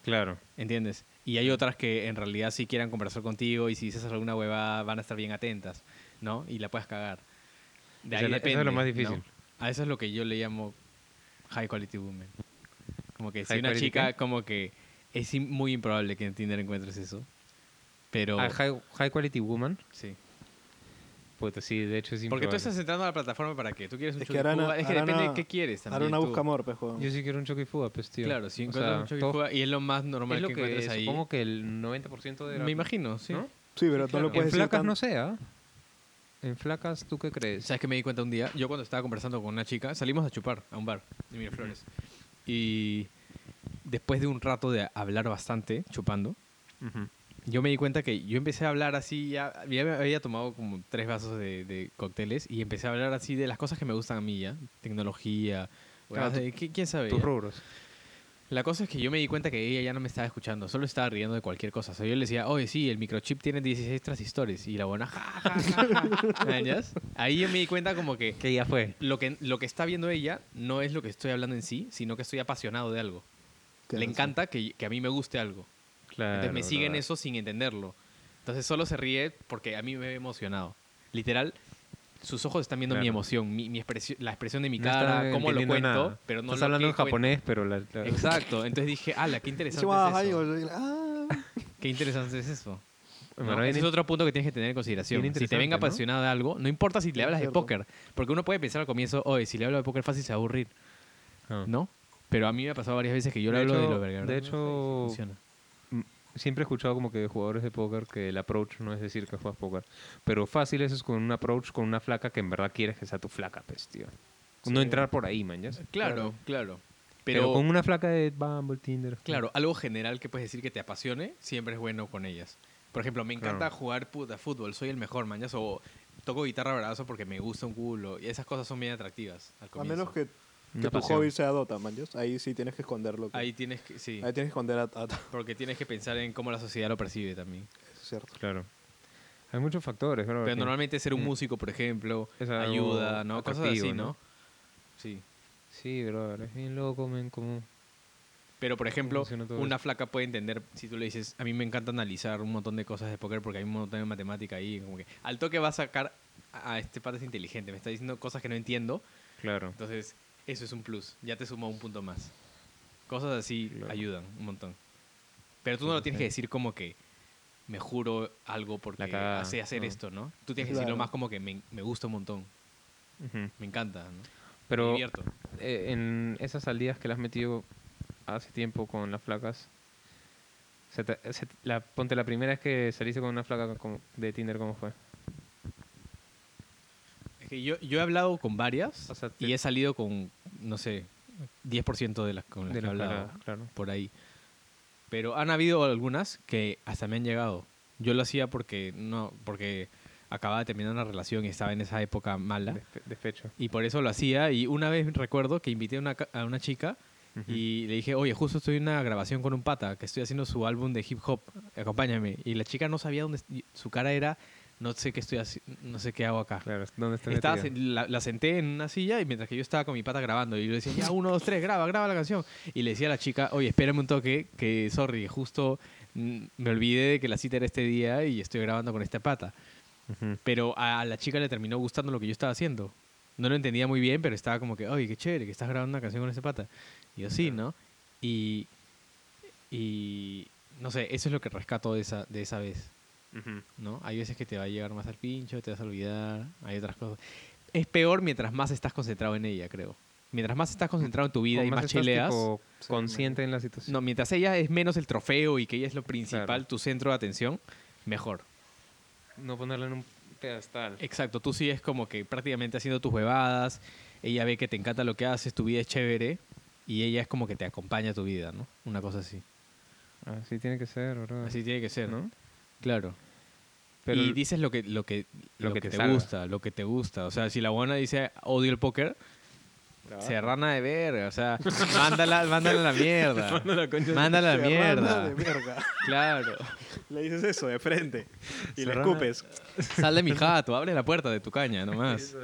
A: Claro.
B: ¿entiendes? Y hay otras que en realidad sí quieran conversar contigo y si dices alguna huevada van a estar bien atentas, ¿no? Y la puedes cagar. De
A: Esa
B: ahí
A: es la- esa es lo
B: depende,
A: más
B: ¿no?
A: difícil.
B: A eso es lo que yo le llamo high quality woman. Como que si
A: High
B: una
A: quality
B: chica
A: qué?
B: como que es im- muy improbable que en Tinder encuentres eso. Pero
A: Ah, high, high quality woman.
B: sí.
A: Pues sí, de hecho es
B: Porque tú
A: improbable.
B: estás entrando a la plataforma para qué? ¿Tú quieres un
C: Es que
B: choque y
C: Arana-
B: fuga? Es que depende
C: Arana-
B: de qué quieres también.
C: Ahora una
B: tú.
C: busca amor, pues, joder.
A: Yo sí quiero un choque y fuga, pues tío.
B: Claro, si
A: O
B: encuentras
A: sea,
B: un choque y
A: todo-
B: fuga, y es lo más normal
A: Es lo
B: que,
A: que
B: encuentres ahí.
A: supongo que el 90% de la-
B: Me imagino, sí.
A: ¿No?
C: Sí, pero
B: Sí,
C: no
B: claro.
C: lo puedes
A: En
C: decir
A: flacas
C: tan-
A: no sea. En flacas, ¿tú qué crees?
B: ¿Sabes que me di cuenta un día? Yo cuando estaba conversando con una chica, salimos a chupar a un bar de Miraflores. Y después de un rato de hablar bastante, chupando,
A: Ujú.
B: yo me di cuenta que yo empecé a hablar así, ya, ya me había tomado como tres vasos de, de cócteles y empecé a hablar así de las cosas que me gustan a mí ya. Tecnología,
A: Claro,
B: huevadas de- ¿qui- ¿quién sabe?
A: Tus
B: ya?
A: rubros.
B: La cosa es que yo me di cuenta que ella ya no me estaba escuchando, solo estaba riendo de cualquier cosa. O sea, yo le decía, oye, sí, el microchip tiene 16 transistores. Y la buena, ja, ja, ja, ja. ¿Mañas? Ahí yo me di cuenta como que
A: Que ya fue.
B: lo, que lo que está viendo ella no es lo que estoy hablando en sí, sino que estoy apasionado de algo.
C: Claro,
B: le
C: sí.
B: encanta que, que a mí me guste algo.
A: Claro.
B: Entonces me siguen
A: brother.
B: eso sin entenderlo. Entonces solo se ríe porque a mí me ve emocionado. Literal, sus ojos están viendo mi
A: Claro.
B: emoción, mi, mi expresión, la expresión de mi
A: No
B: cara,
A: estaba
B: cómo lo
A: entendiendo
B: cuento,
A: nada.
B: pero no
A: Estás
B: lo
A: hablando
B: que
A: en japonés, pero la, la-
B: cuento. Exacto. Entonces dije, ala, qué interesante es eso.
C: "Ah,
B: Qué interesante es eso. ¿no?
A: Bueno,
B: Ese
A: bien-
B: es otro punto que tienes que tener en consideración.
A: bien
B: Si te venga
A: interesante, ¿no?
B: apasionado de algo, no importa si le hablas de
D: cierto.
B: póker, porque uno puede pensar al comienzo, oye, si le hablo de póker fácil se va a aburrir,
A: Ah.
B: ¿no? Pero a mí me ha pasado varias veces que yo le
A: De
B: hablo de
A: hecho-
B: lo verga.
A: de hecho,
B: funciona.
A: Siempre he escuchado como que de jugadores de póker que el approach no es decir que juegas póker. Pero fácil eso es con un approach con una flaca que en verdad quieres que sea tu flaca, pues, tío. No entrar por ahí, man, ¿ya?
B: Claro, claro.
A: Pero,
B: Pero,
A: con una flaca de Bumble, Tinder.
B: claro, algo general que puedes decir que te apasione, siempre es bueno con ellas. Por ejemplo, me encanta
A: Claro.
B: jugar puta fútbol, soy el mejor, mañas, o toco guitarra brazo porque me gusta un culo. Y esas cosas son bien atractivas al
C: A
B: comienzo.
C: menos que, que
A: Una
C: tu
A: pasión.
C: hobby sea Dota, man. ¿ya? Ahí sí tienes que esconderlo. que-
B: Ahí tienes que, sí,
C: ahí tienes que esconder a, a-
B: porque tienes que pensar en cómo la sociedad lo percibe también.
C: es cierto.
A: Claro. Hay muchos factores, bro,
B: Pero
A: que-
B: normalmente ser un
A: Mm.
B: músico, por ejemplo,
A: Es algo
B: ayuda, ¿no? Cosas así,
A: atractivo,
B: ¿no?
A: ¿no?
B: Sí.
A: Sí, bro, es bien loco, men, como...
B: Pero, por ejemplo,
A: funciona todo
B: una flaca puede entender, si tú le dices, a mí me encanta analizar un montón de cosas de póker porque hay un montón de matemática ahí, como que al toque va a sacar a a este pata es inteligente, me está diciendo cosas que no entiendo,
A: Claro.
B: entonces eso es un plus, ya te suma un punto más. Cosas así
A: Claro.
B: ayudan un montón. Pero tú no lo tienes que decir como que me juro algo porque
A: La cagada,
B: sé hacer
A: ¿no?
B: esto, ¿no? Tú tienes que decirlo
C: Claro.
B: más como que me, me gusta un montón,
A: Ujú.
B: me encanta, ¿no? me
A: Pero
B: divierto.
A: eh, en esas salidas que le has metido hace tiempo con las flacas, se te- se te- la, ponte la primera vez que saliste con una flaca como- de Tinder, ¿cómo fue?
B: Es que yo, yo he hablado con varias
A: O sea,
B: y
A: te-
B: he salido con, no sé, 10% de las con las
A: de
B: que he
A: las
B: hablado
A: flagas, claro.
B: por ahí. Pero han habido algunas que hasta me han llegado. Yo lo hacía porque no porque acababa de terminar una relación y estaba en esa época mala.
A: Despe- despecho.
B: Y por eso lo hacía. Y una vez recuerdo que invité a una, ca- a una chica y le dije, oye, justo estoy en una grabación con un pata que estoy haciendo su álbum de hip hop, acompáñame. Y la chica no sabía dónde, est- y su cara era, no sé qué estoy haci- no sé qué hago acá.
A: Claro, ¿dónde está
B: Estaba
A: metido?
B: sen- la, la senté en una silla y mientras que yo estaba con mi pata grabando y yo le decía, ya, uno, dos, tres, graba, graba la canción. Y le decía a la chica, oye, espérame un toque, que sorry, justo mm, me olvidé de que la cita era este día y estoy grabando con esta pata.
A: Ujú.
B: Pero a la chica le terminó gustando lo que yo estaba haciendo. No lo entendía muy bien, pero estaba como que, oye, qué chévere, que estás grabando una canción con ese pata. Y yo sí, ¿no? Y, y, no sé, eso es lo que rescato de esa, de esa vez.
A: Ujú.
B: ¿no? Hay veces que te va a llegar más al pincho, te vas a olvidar, hay otras cosas. Es peor mientras más estás concentrado en ella, creo. Mientras más estás concentrado en tu vida
A: O
B: y más
A: estás,
B: cheleas.
A: tipo, consciente en la situación.
B: No, mientras ella es menos el trofeo y que ella es lo principal,
A: Claro.
B: tu centro de atención, mejor.
A: No ponerla en un pedestal.
B: Exacto, tú sí es como que prácticamente haciendo tus huevadas, ella ve que te encanta lo que haces, tu vida es chévere y ella es como que te acompaña a tu vida, ¿no? Una cosa así.
A: Así Ah, tiene que ser, bro.
B: Así tiene que ser, ¿no?
A: Ah. ¿no?
B: Claro.
A: Pero
B: y dices lo que, lo que, lo
A: lo que
B: que
A: te
B: te
A: salga.
B: gusta, lo que te gusta. O sea, si la buena dice odio el póker, serrana de verga. O sea, mándala, mándala a la mierda. mándala a la
C: Serrana
B: mierda.
C: de verga.
B: Claro.
C: Le dices eso de frente y le
A: Serrana-
C: escupes.
B: Sal de mi jato, abre la puerta de tu caña nomás.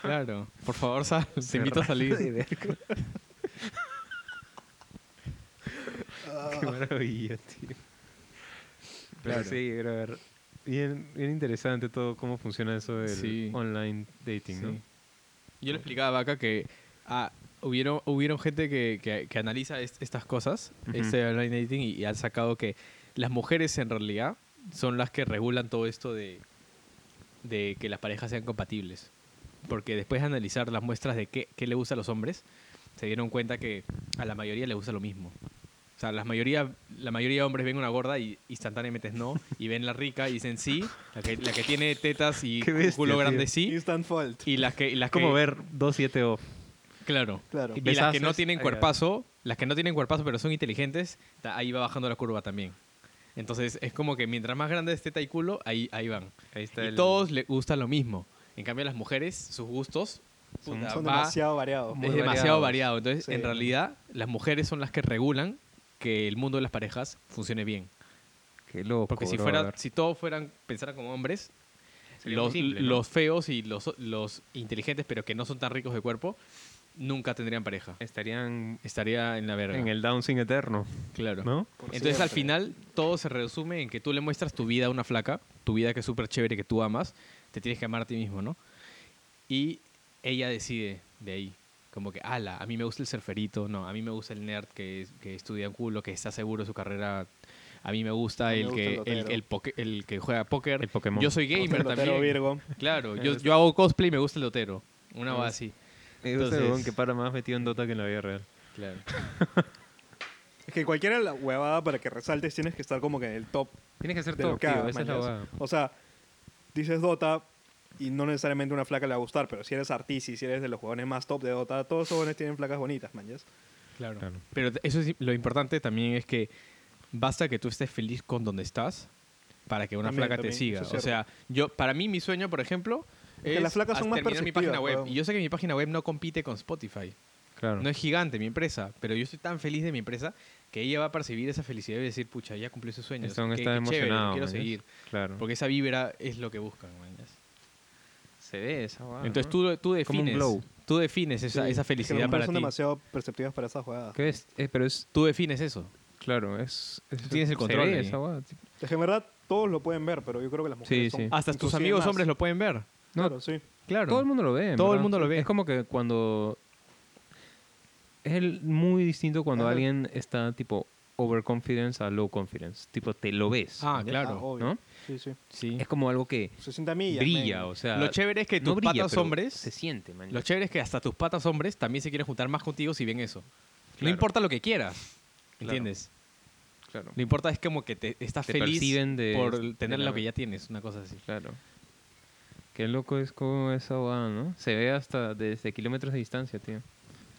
B: Claro. Por favor, sal. Te invito a salir.
A: Qué maravilla, tío. Ah. Pero
B: Claro.
A: sí, bro. Bien, bien interesante todo cómo funciona eso del
B: Sí.
A: online dating, ¿no?
B: Sí. Yo le explicaba acá que ah, hubieron, hubieron gente que, que- que analiza est- estas cosas,
A: Ujú.
B: este online dating, y, y han sacado que las mujeres en realidad son las que regulan todo esto de, de que las parejas sean compatibles. Porque después de analizar las muestras de qué, qué le gusta a los hombres, se dieron cuenta que a la mayoría le gusta lo mismo. O sea, la mayoría, la mayoría de hombres ven una gorda y instantáneamente es no, y ven la rica y dicen sí, la que, la que tiene tetas y
A: Qué bestia,
B: culo grande
A: tío.
B: sí,
C: Instant fault.
B: y las que. y las
A: Como
B: que-
A: ver oh, 2-7 off.
B: Claro.
C: Claro.
B: Y las que
A: Besazos,
B: no tienen
A: ahí
B: cuerpazo, las que no tienen cuerpazo pero son inteligentes, ta- ahí va bajando la curva también. Entonces es como que mientras más grande es teta y culo, ahí, ahí van.
A: Ahí está
B: y
A: el-
B: todos les gusta lo mismo. En cambio, a las mujeres, sus gustos
A: Son-
B: puta,
C: Son
B: va-
C: demasiado variados.
A: muy
B: es
A: variados.
B: demasiado variado. Entonces,
C: Sí.
B: en realidad, las mujeres son las que regulan que el mundo de las parejas funcione bien.
A: Qué loco,
B: Porque si, fuera, si todos fueran, pensaran como hombres, los, los feos y los, los inteligentes, pero que no son tan ricos de cuerpo, nunca tendrían pareja.
A: Estarían
B: Estaría en la verga.
A: en el downsing eterno,
B: Claro.
A: ¿no?
C: Por
B: Entonces al
C: siempre.
B: final todo se resume en que tú le muestras tu vida a una flaca, tu vida que es súper chévere, que tú amas, te tienes que amar a ti mismo, ¿no? Y ella decide de ahí, como que, ala, a mí me gusta el surferito, no, a mí me gusta el nerd que, es- que estudia culo, que está seguro de su carrera, a mí me gusta,
C: A mí me
B: el,
C: gusta
B: que,
C: el
B: el,
C: lotero.
B: el poke- el que juega póker,
A: El Pokémon.
B: yo soy gamer
C: Otro lotero
B: también.
C: Virgo.
B: Claro, yo, yo hago cosplay y me gusta el lotero,
A: Me
B: una cosa
A: gusta.
B: así.
A: Es un
B: Entonces-
A: Este huevón que para más metido en Dota que en la vida real.
B: Claro.
C: Es que cualquiera la huevada para que resaltes tienes que estar como que en el top
A: Tienes que ser
C: de lo
A: top,
C: que
A: tío,
C: hagas,
A: esa es la
C: mañas.
A: huevada.
C: O sea, dices Dota y no necesariamente una flaca le va a gustar, pero si eres artista y si eres de los jugadores más top de Dota, todos esos jóvenes tienen flacas bonitas, manches.
B: Claro.
A: Claro.
B: Pero t- eso es lo importante también es que basta que tú estés feliz con donde estás para que una
C: También,
B: flaca
C: también,
B: te siga.
C: eso es
B: O sea, yo para mí mi sueño, por ejemplo,
C: Que
B: es
C: las flacas son
B: as-
C: más
B: terminar mi página
C: perceptivas,
B: web.
C: weón.
B: Y yo sé que mi página web no compite con Spotify.
A: Claro.
B: No es gigante mi empresa, pero yo estoy tan feliz de mi empresa que ella va a percibir esa felicidad y decir, pucha, ya cumplí sus sueños.
A: El son
B: Qué-
A: está
B: qué chévere,
A: emocionado.
B: quiero
A: mañas.
B: seguir.
A: Claro.
B: Porque esa vibra es lo que buscan, mañas.
A: se ve esa huevada.
B: Entonces
A: Ah, ¿no?
B: tú, tú
A: Como un
B: defines,
A: glow.
B: tú defines esa, esa felicidad para
C: son
B: ti.
C: demasiado perceptivas para esas jugadas.
A: ¿Qué es? Eh, pero es.
B: Tú defines eso.
A: Claro, es. es-
B: Tienes el control
A: Se ve
B: ahí.
A: esa huevada, tío.
C: Es que en verdad todos lo pueden ver, pero yo creo que las mujeres
A: Sí,
C: son
A: sí.
B: Hasta tus
C: inclusive
B: amigos
C: más.
B: hombres lo pueden ver.
A: No,
C: Claro, sí.
B: Claro.
A: Todo el mundo lo ve. en
B: Todo el
A: verdad.
B: mundo lo ve.
A: Es como que cuando. Es el- muy distinto cuando
C: Ajá.
A: alguien está tipo overconfidence a low confidence. Tipo, te lo ves.
B: Ah,
A: ¿ya?
B: claro.
C: Ah, obvio.
A: ¿no?
C: Sí, sí.
B: Sí.
A: Es como algo que
C: 60 millas.
A: brilla,
C: men.
A: o sea.
B: Lo chévere es que
A: no
B: tus
A: brilla,
B: patas
A: pero
B: hombres-
A: Se siente, man.
B: Lo chévere es que hasta tus patas hombres también se quieren juntar más contigo si ven eso. No
A: Claro.
B: importa lo que quieras.
A: Claro.
B: ¿Entiendes?
A: Claro.
B: Lo importa es como que te estás
A: Te
B: feliz
A: perciben de- este
B: por
A: de
B: tener
A: la-
B: lo que ya tienes, una cosa así.
A: Claro. Qué loco es como esa va, ¿no? Se ve hasta desde kilómetros de distancia, tío.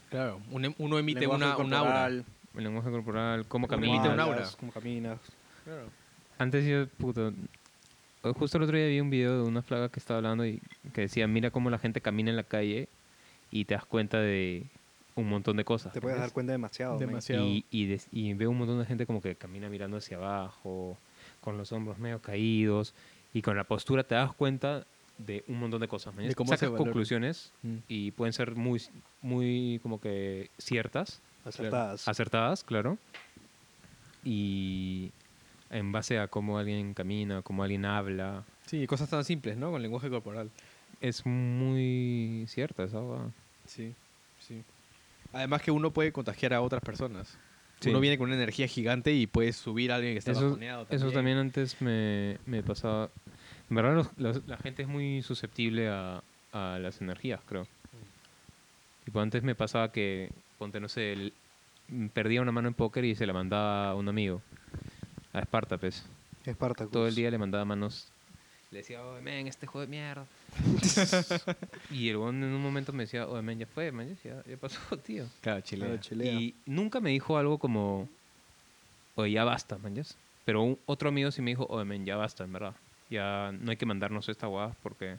B: Claro. uno emite
C: Lenguaje
B: una, un aura.
C: corporal,
A: El lenguaje corporal, cómo
B: Uno
A: camina.
B: emite un
C: cómo
B: aura.
C: hablas, Cómo caminas.
A: Antes yo, puto, eh, justo el otro día vi un video de una flaga que estaba hablando y que decía, mira cómo la gente camina en la calle y te das cuenta de un montón de cosas.
C: Te puedes
A: ¿no?
C: dar cuenta demasiado. men.
D: Demasiado.
A: Y, y, des- y veo un montón de gente como que camina mirando hacia abajo, con los hombros medio caídos y con la postura te das cuenta de un montón de cosas. ¿me
D: De
A: entiendes?
D: cómo se
A: Sacas
D: valora.
A: conclusiones
B: Mm.
A: y pueden ser muy, muy como que ciertas,
C: Acertadas.
A: acertadas, claro. Y en base a cómo alguien camina, cómo alguien habla,
B: Sí, cosas tan simples, ¿no? Con lenguaje corporal.
A: es muy cierta esa huevada.
B: Sí, sí. Además que uno puede contagiar a otras personas.
A: Sí.
B: Uno viene con una energía gigante y puedes subir a alguien que está
A: Eso,
B: bajoneado también.
A: eso también antes me, me pasaba. En verdad, los- los- la gente es muy susceptible a, a las energías, creo. Tipo, antes me pasaba que, ponte, no sé, el- mm, perdía una mano en póker y se la mandaba a un amigo, a Espartapes.
C: Espartacus.
A: Todo el día le mandaba manos. Le decía, oye, men, este juego de mierda. y el weón en un momento me decía, oye, men, ya fue, man, ya, ya pasó, tío.
B: Claro,
D: Claro,
B: chile.
D: chilea.
A: Y nunca me dijo algo como, oye, ya basta, manches. Pero un, otro amigo sí me dijo, oye, men, ya basta, en verdad. Ya no hay que mandarnos esta guada porque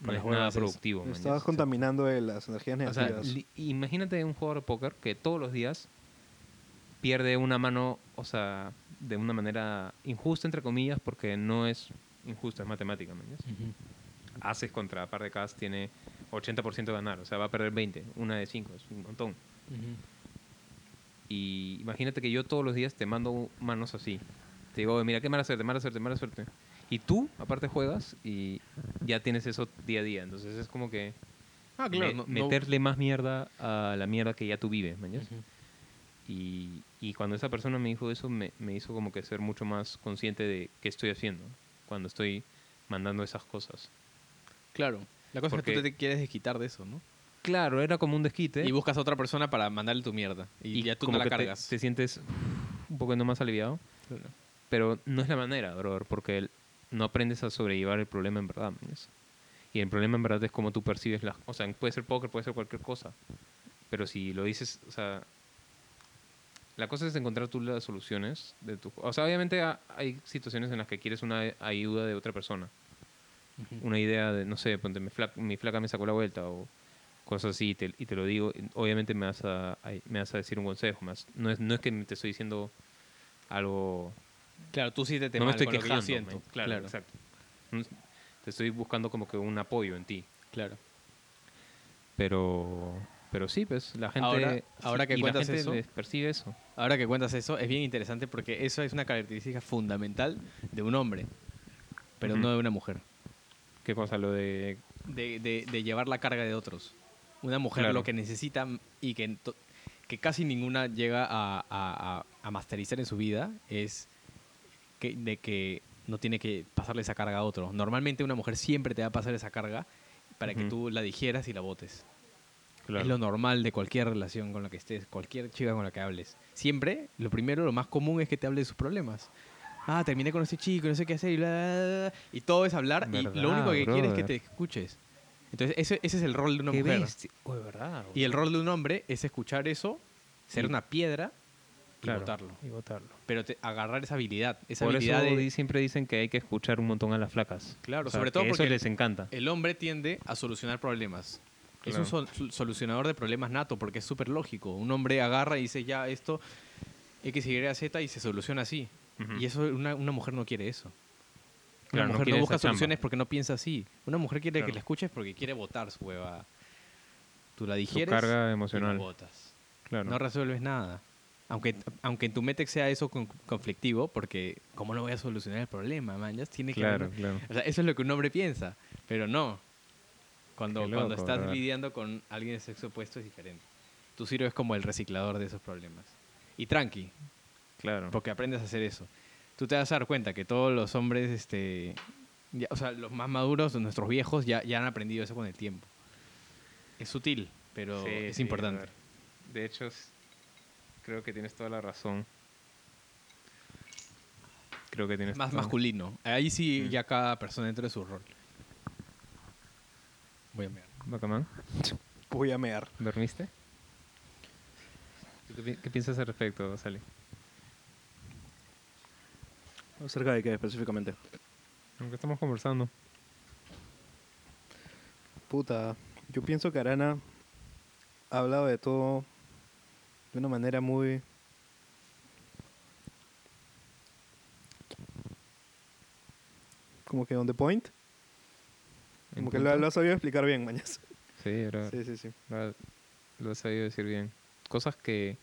A: no
B: Para
A: es
B: las
A: nada
B: huevas es-
A: productivo. man,
C: Estabas
A: ya".
C: contaminando de las energías
A: O sea,
C: negativas.
A: li- imagínate un jugador de póker que todos los días pierde una mano, o sea, de una manera injusta, entre comillas, porque no es injusta, es matemática, man, ya. Haces contra par de casas tiene 80% de ganar, o sea, va a perder 20, una de 5, es un montón. Y imagínate que yo todos los días te mando manos así. Te digo, "Oye, mira, qué mala suerte, mala suerte, mala suerte. Y tú, aparte, juegas y ya tienes eso día a día. Entonces es como que
B: Ah, claro.
A: me-
B: no- no-
A: meterle más mierda a la mierda que ya tú vives, ¿me entiendes?
B: Ujú.
A: y, y cuando esa persona me dijo eso, me, me hizo como que ser mucho más consciente de qué estoy haciendo cuando estoy mandando esas cosas.
B: Claro. La cosa es
A: Porque-
B: que tú te quieres desquitar de eso, ¿no?
A: Claro, era como un desquite.
B: Y buscas a otra persona para mandarle tu mierda. Y, ya tú no
A: como
B: la
A: que te-
B: cargas.
A: Te, sientes un poco más aliviado. Pero no es la manera, brother, porque el- no aprendes a sobrellevar el problema en verdad. man, es. Y el problema en verdad es cómo tú percibes las O sea, puede ser póker, puede ser cualquier cosa. Pero si lo dices, o sea. La cosa es encontrar tú las soluciones de tu. O sea, obviamente ha- hay situaciones en las que quieres una ayuda de otra persona. Una idea de, no sé, ponte, mi flaca, mi flaca me sacó la vuelta o cosas así y te, y te lo digo. Obviamente me vas a, ay, me vas a decir un consejo. me vas- no, es, no es que te estoy diciendo algo
B: Claro, tú sí te te
A: no me
B: mal
A: estoy
B: con lo que yo
A: quejando.
B: siento.
A: man. Claro, exacto. No es- Te estoy buscando como que un apoyo en ti.
B: claro.
A: Pero, pero sí, pues la gente,
B: Ahora-
A: sí,
B: ahora que
A: y la
B: cuentas
A: gente
B: eso-
A: les percibe eso.
B: Ahora que cuentas eso, es bien interesante porque eso es una característica fundamental de un hombre, pero
A: Ujú.
B: no de una mujer.
A: ¿Qué cosa? Lo de...
B: De, de- de llevar la carga de otros. Una mujer
A: Claro.
B: lo que necesita y que, to- que casi ninguna llega a, a- a- a masterizar en su vida es que, de que no tiene que pasarle esa carga a otro. Normalmente una mujer siempre te va a pasar esa carga para que
A: Ujú.
B: tú la digieras y la botes.
A: claro.
B: Es lo normal de cualquier relación con la que estés, cualquier chica con la que hables. Siempre, lo primero, lo más común es que te hable de sus problemas. Ah, terminé con este chico, no sé qué hacer, y, bla, bla, bla, bla. Y todo es hablar, y lo
A: Verdad,
B: único que quiere es que
A: brother.
B: te escuches. Entonces, ese, ese es el rol de una mujer.
A: Oye, verdad.
B: Y el rol de un hombre es escuchar eso, ser
A: Y-
B: una piedra y
A: Claro.
B: botarlo.
A: Y votarlo.
B: Pero te- agarrar esa habilidad, esa
A: Por eso
B: habilidad de-
A: di- siempre dicen que hay que escuchar un montón a las flacas.
B: Claro,
A: O sea,
B: sobre todo
A: que
B: porque-
A: eso les encanta.
B: El hombre tiende a solucionar problemas.
A: Claro.
B: Es un sol- sol- solucionador de problemas nato porque es súper lógico. Un hombre agarra y dice ya esto, X, Y, Z y se soluciona así.
A: Ujú.
B: Y eso una, una mujer no quiere eso. Una
A: Claro, no
B: mujer no,
A: quiere
B: busca
A: esa chamba.
B: soluciones porque no piensa así. Una mujer quiere que
A: Claro.
B: la escuches porque quiere votar su hueva. Tú la
A: Su
B: digieres y
A: carga
B: la
A: emocional.
B: botas.
A: Claro.
B: No resuelves nada. Aunque, aunque en tu mente sea eso con- conflictivo, porque ¿cómo no voy a solucionar el problema, man? Ya tiene que haber
A: claro,
B: una-
A: claro.
B: o sea, eso es lo que un hombre piensa, pero no. Cuando,
A: Qué
B: cuando
A: loco,
B: estás
A: ¿verdad?
B: lidiando con alguien de sexo opuesto es diferente. Tú sirves como el reciclador de esos problemas. Y tranqui,
A: Claro.
B: porque aprendes a hacer eso. Tú te vas a dar cuenta que todos los hombres, este, ya- o sea, los más maduros, nuestros viejos, ya, ya han aprendido eso con el tiempo. Es sutil, pero
A: Sí,
B: es
A: sí,
B: importante.
A: brother. De hecho, es- creo que tienes toda la razón. Creo que tienes
B: Más
A: toda-
B: masculino. Ahí sí
A: Mm.
B: ya cada persona dentro de su rol. Voy a mirar.
A: Bacamán,
C: Voy a mear.
A: ¿dormiste? ¿Tú ¿Qué, pi- qué piensas al respecto, Sally?
C: ¿Acerca de qué específicamente?
A: Aunque estamos conversando.
C: Puta, yo pienso que Arana ha hablado de todo de una manera muy... Como que on the point.
A: ¿En
C: Como que lo,
A: punto? Ah.
C: lo ha sabido explicar bien, mañas.
A: Sí, era-
C: Sí, sí, sí.
A: la- lo has sabido decir bien. Cosas que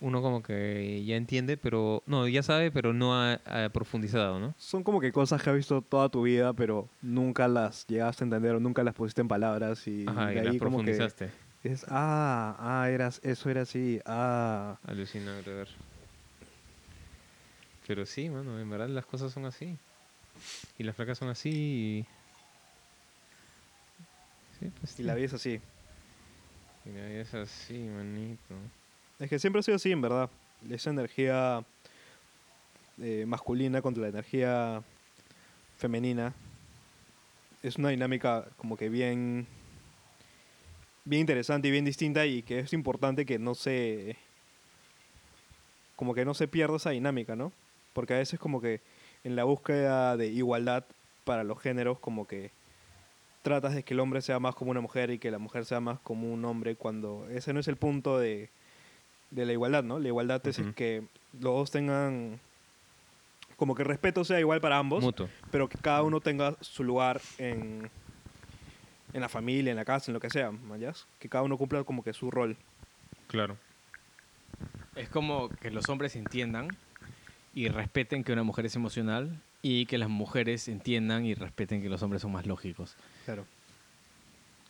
A: uno como que ya entiende, pero... No, ya sabe, pero no ha, ha profundizado, ¿no?
C: Son como que cosas que has visto toda tu vida, pero nunca las llegaste a entender o nunca las pusiste en palabras y
A: Ajá, y,
C: de
A: las
C: ahí como que
A: profundizaste.
C: es ah, ah, eras, eso era así, ah.
A: Alucina, brother. Pero sí, mano, en verdad las cosas son así. Y las placas son así y... Sí, pues
C: Y la
A: sí.
C: vida es así.
A: Y la vida es así, manito.
C: Es que siempre ha sido así, en verdad. Esa energía eh, masculina contra la energía femenina es una dinámica como que bien, bien interesante y bien distinta y que es importante que no se, como que no se pierda esa dinámica, ¿no? Porque a veces como que en la búsqueda de igualdad para los géneros como que tratas de que el hombre sea más como una mujer y que la mujer sea más como un hombre cuando ese no es el punto de, de la igualdad, ¿no? La igualdad es
A: Ujú.
C: que los dos tengan como que el respeto sea igual para ambos,
A: Mutuo.
C: pero que cada uno tenga su lugar en, en la familia, en la casa, en lo que sea, ¿mayas? Que cada uno cumpla como que su rol.
A: Claro.
B: Es como que los hombres entiendan y respeten que una mujer es emocional y que las mujeres entiendan y respeten que los hombres son más lógicos.
C: Claro.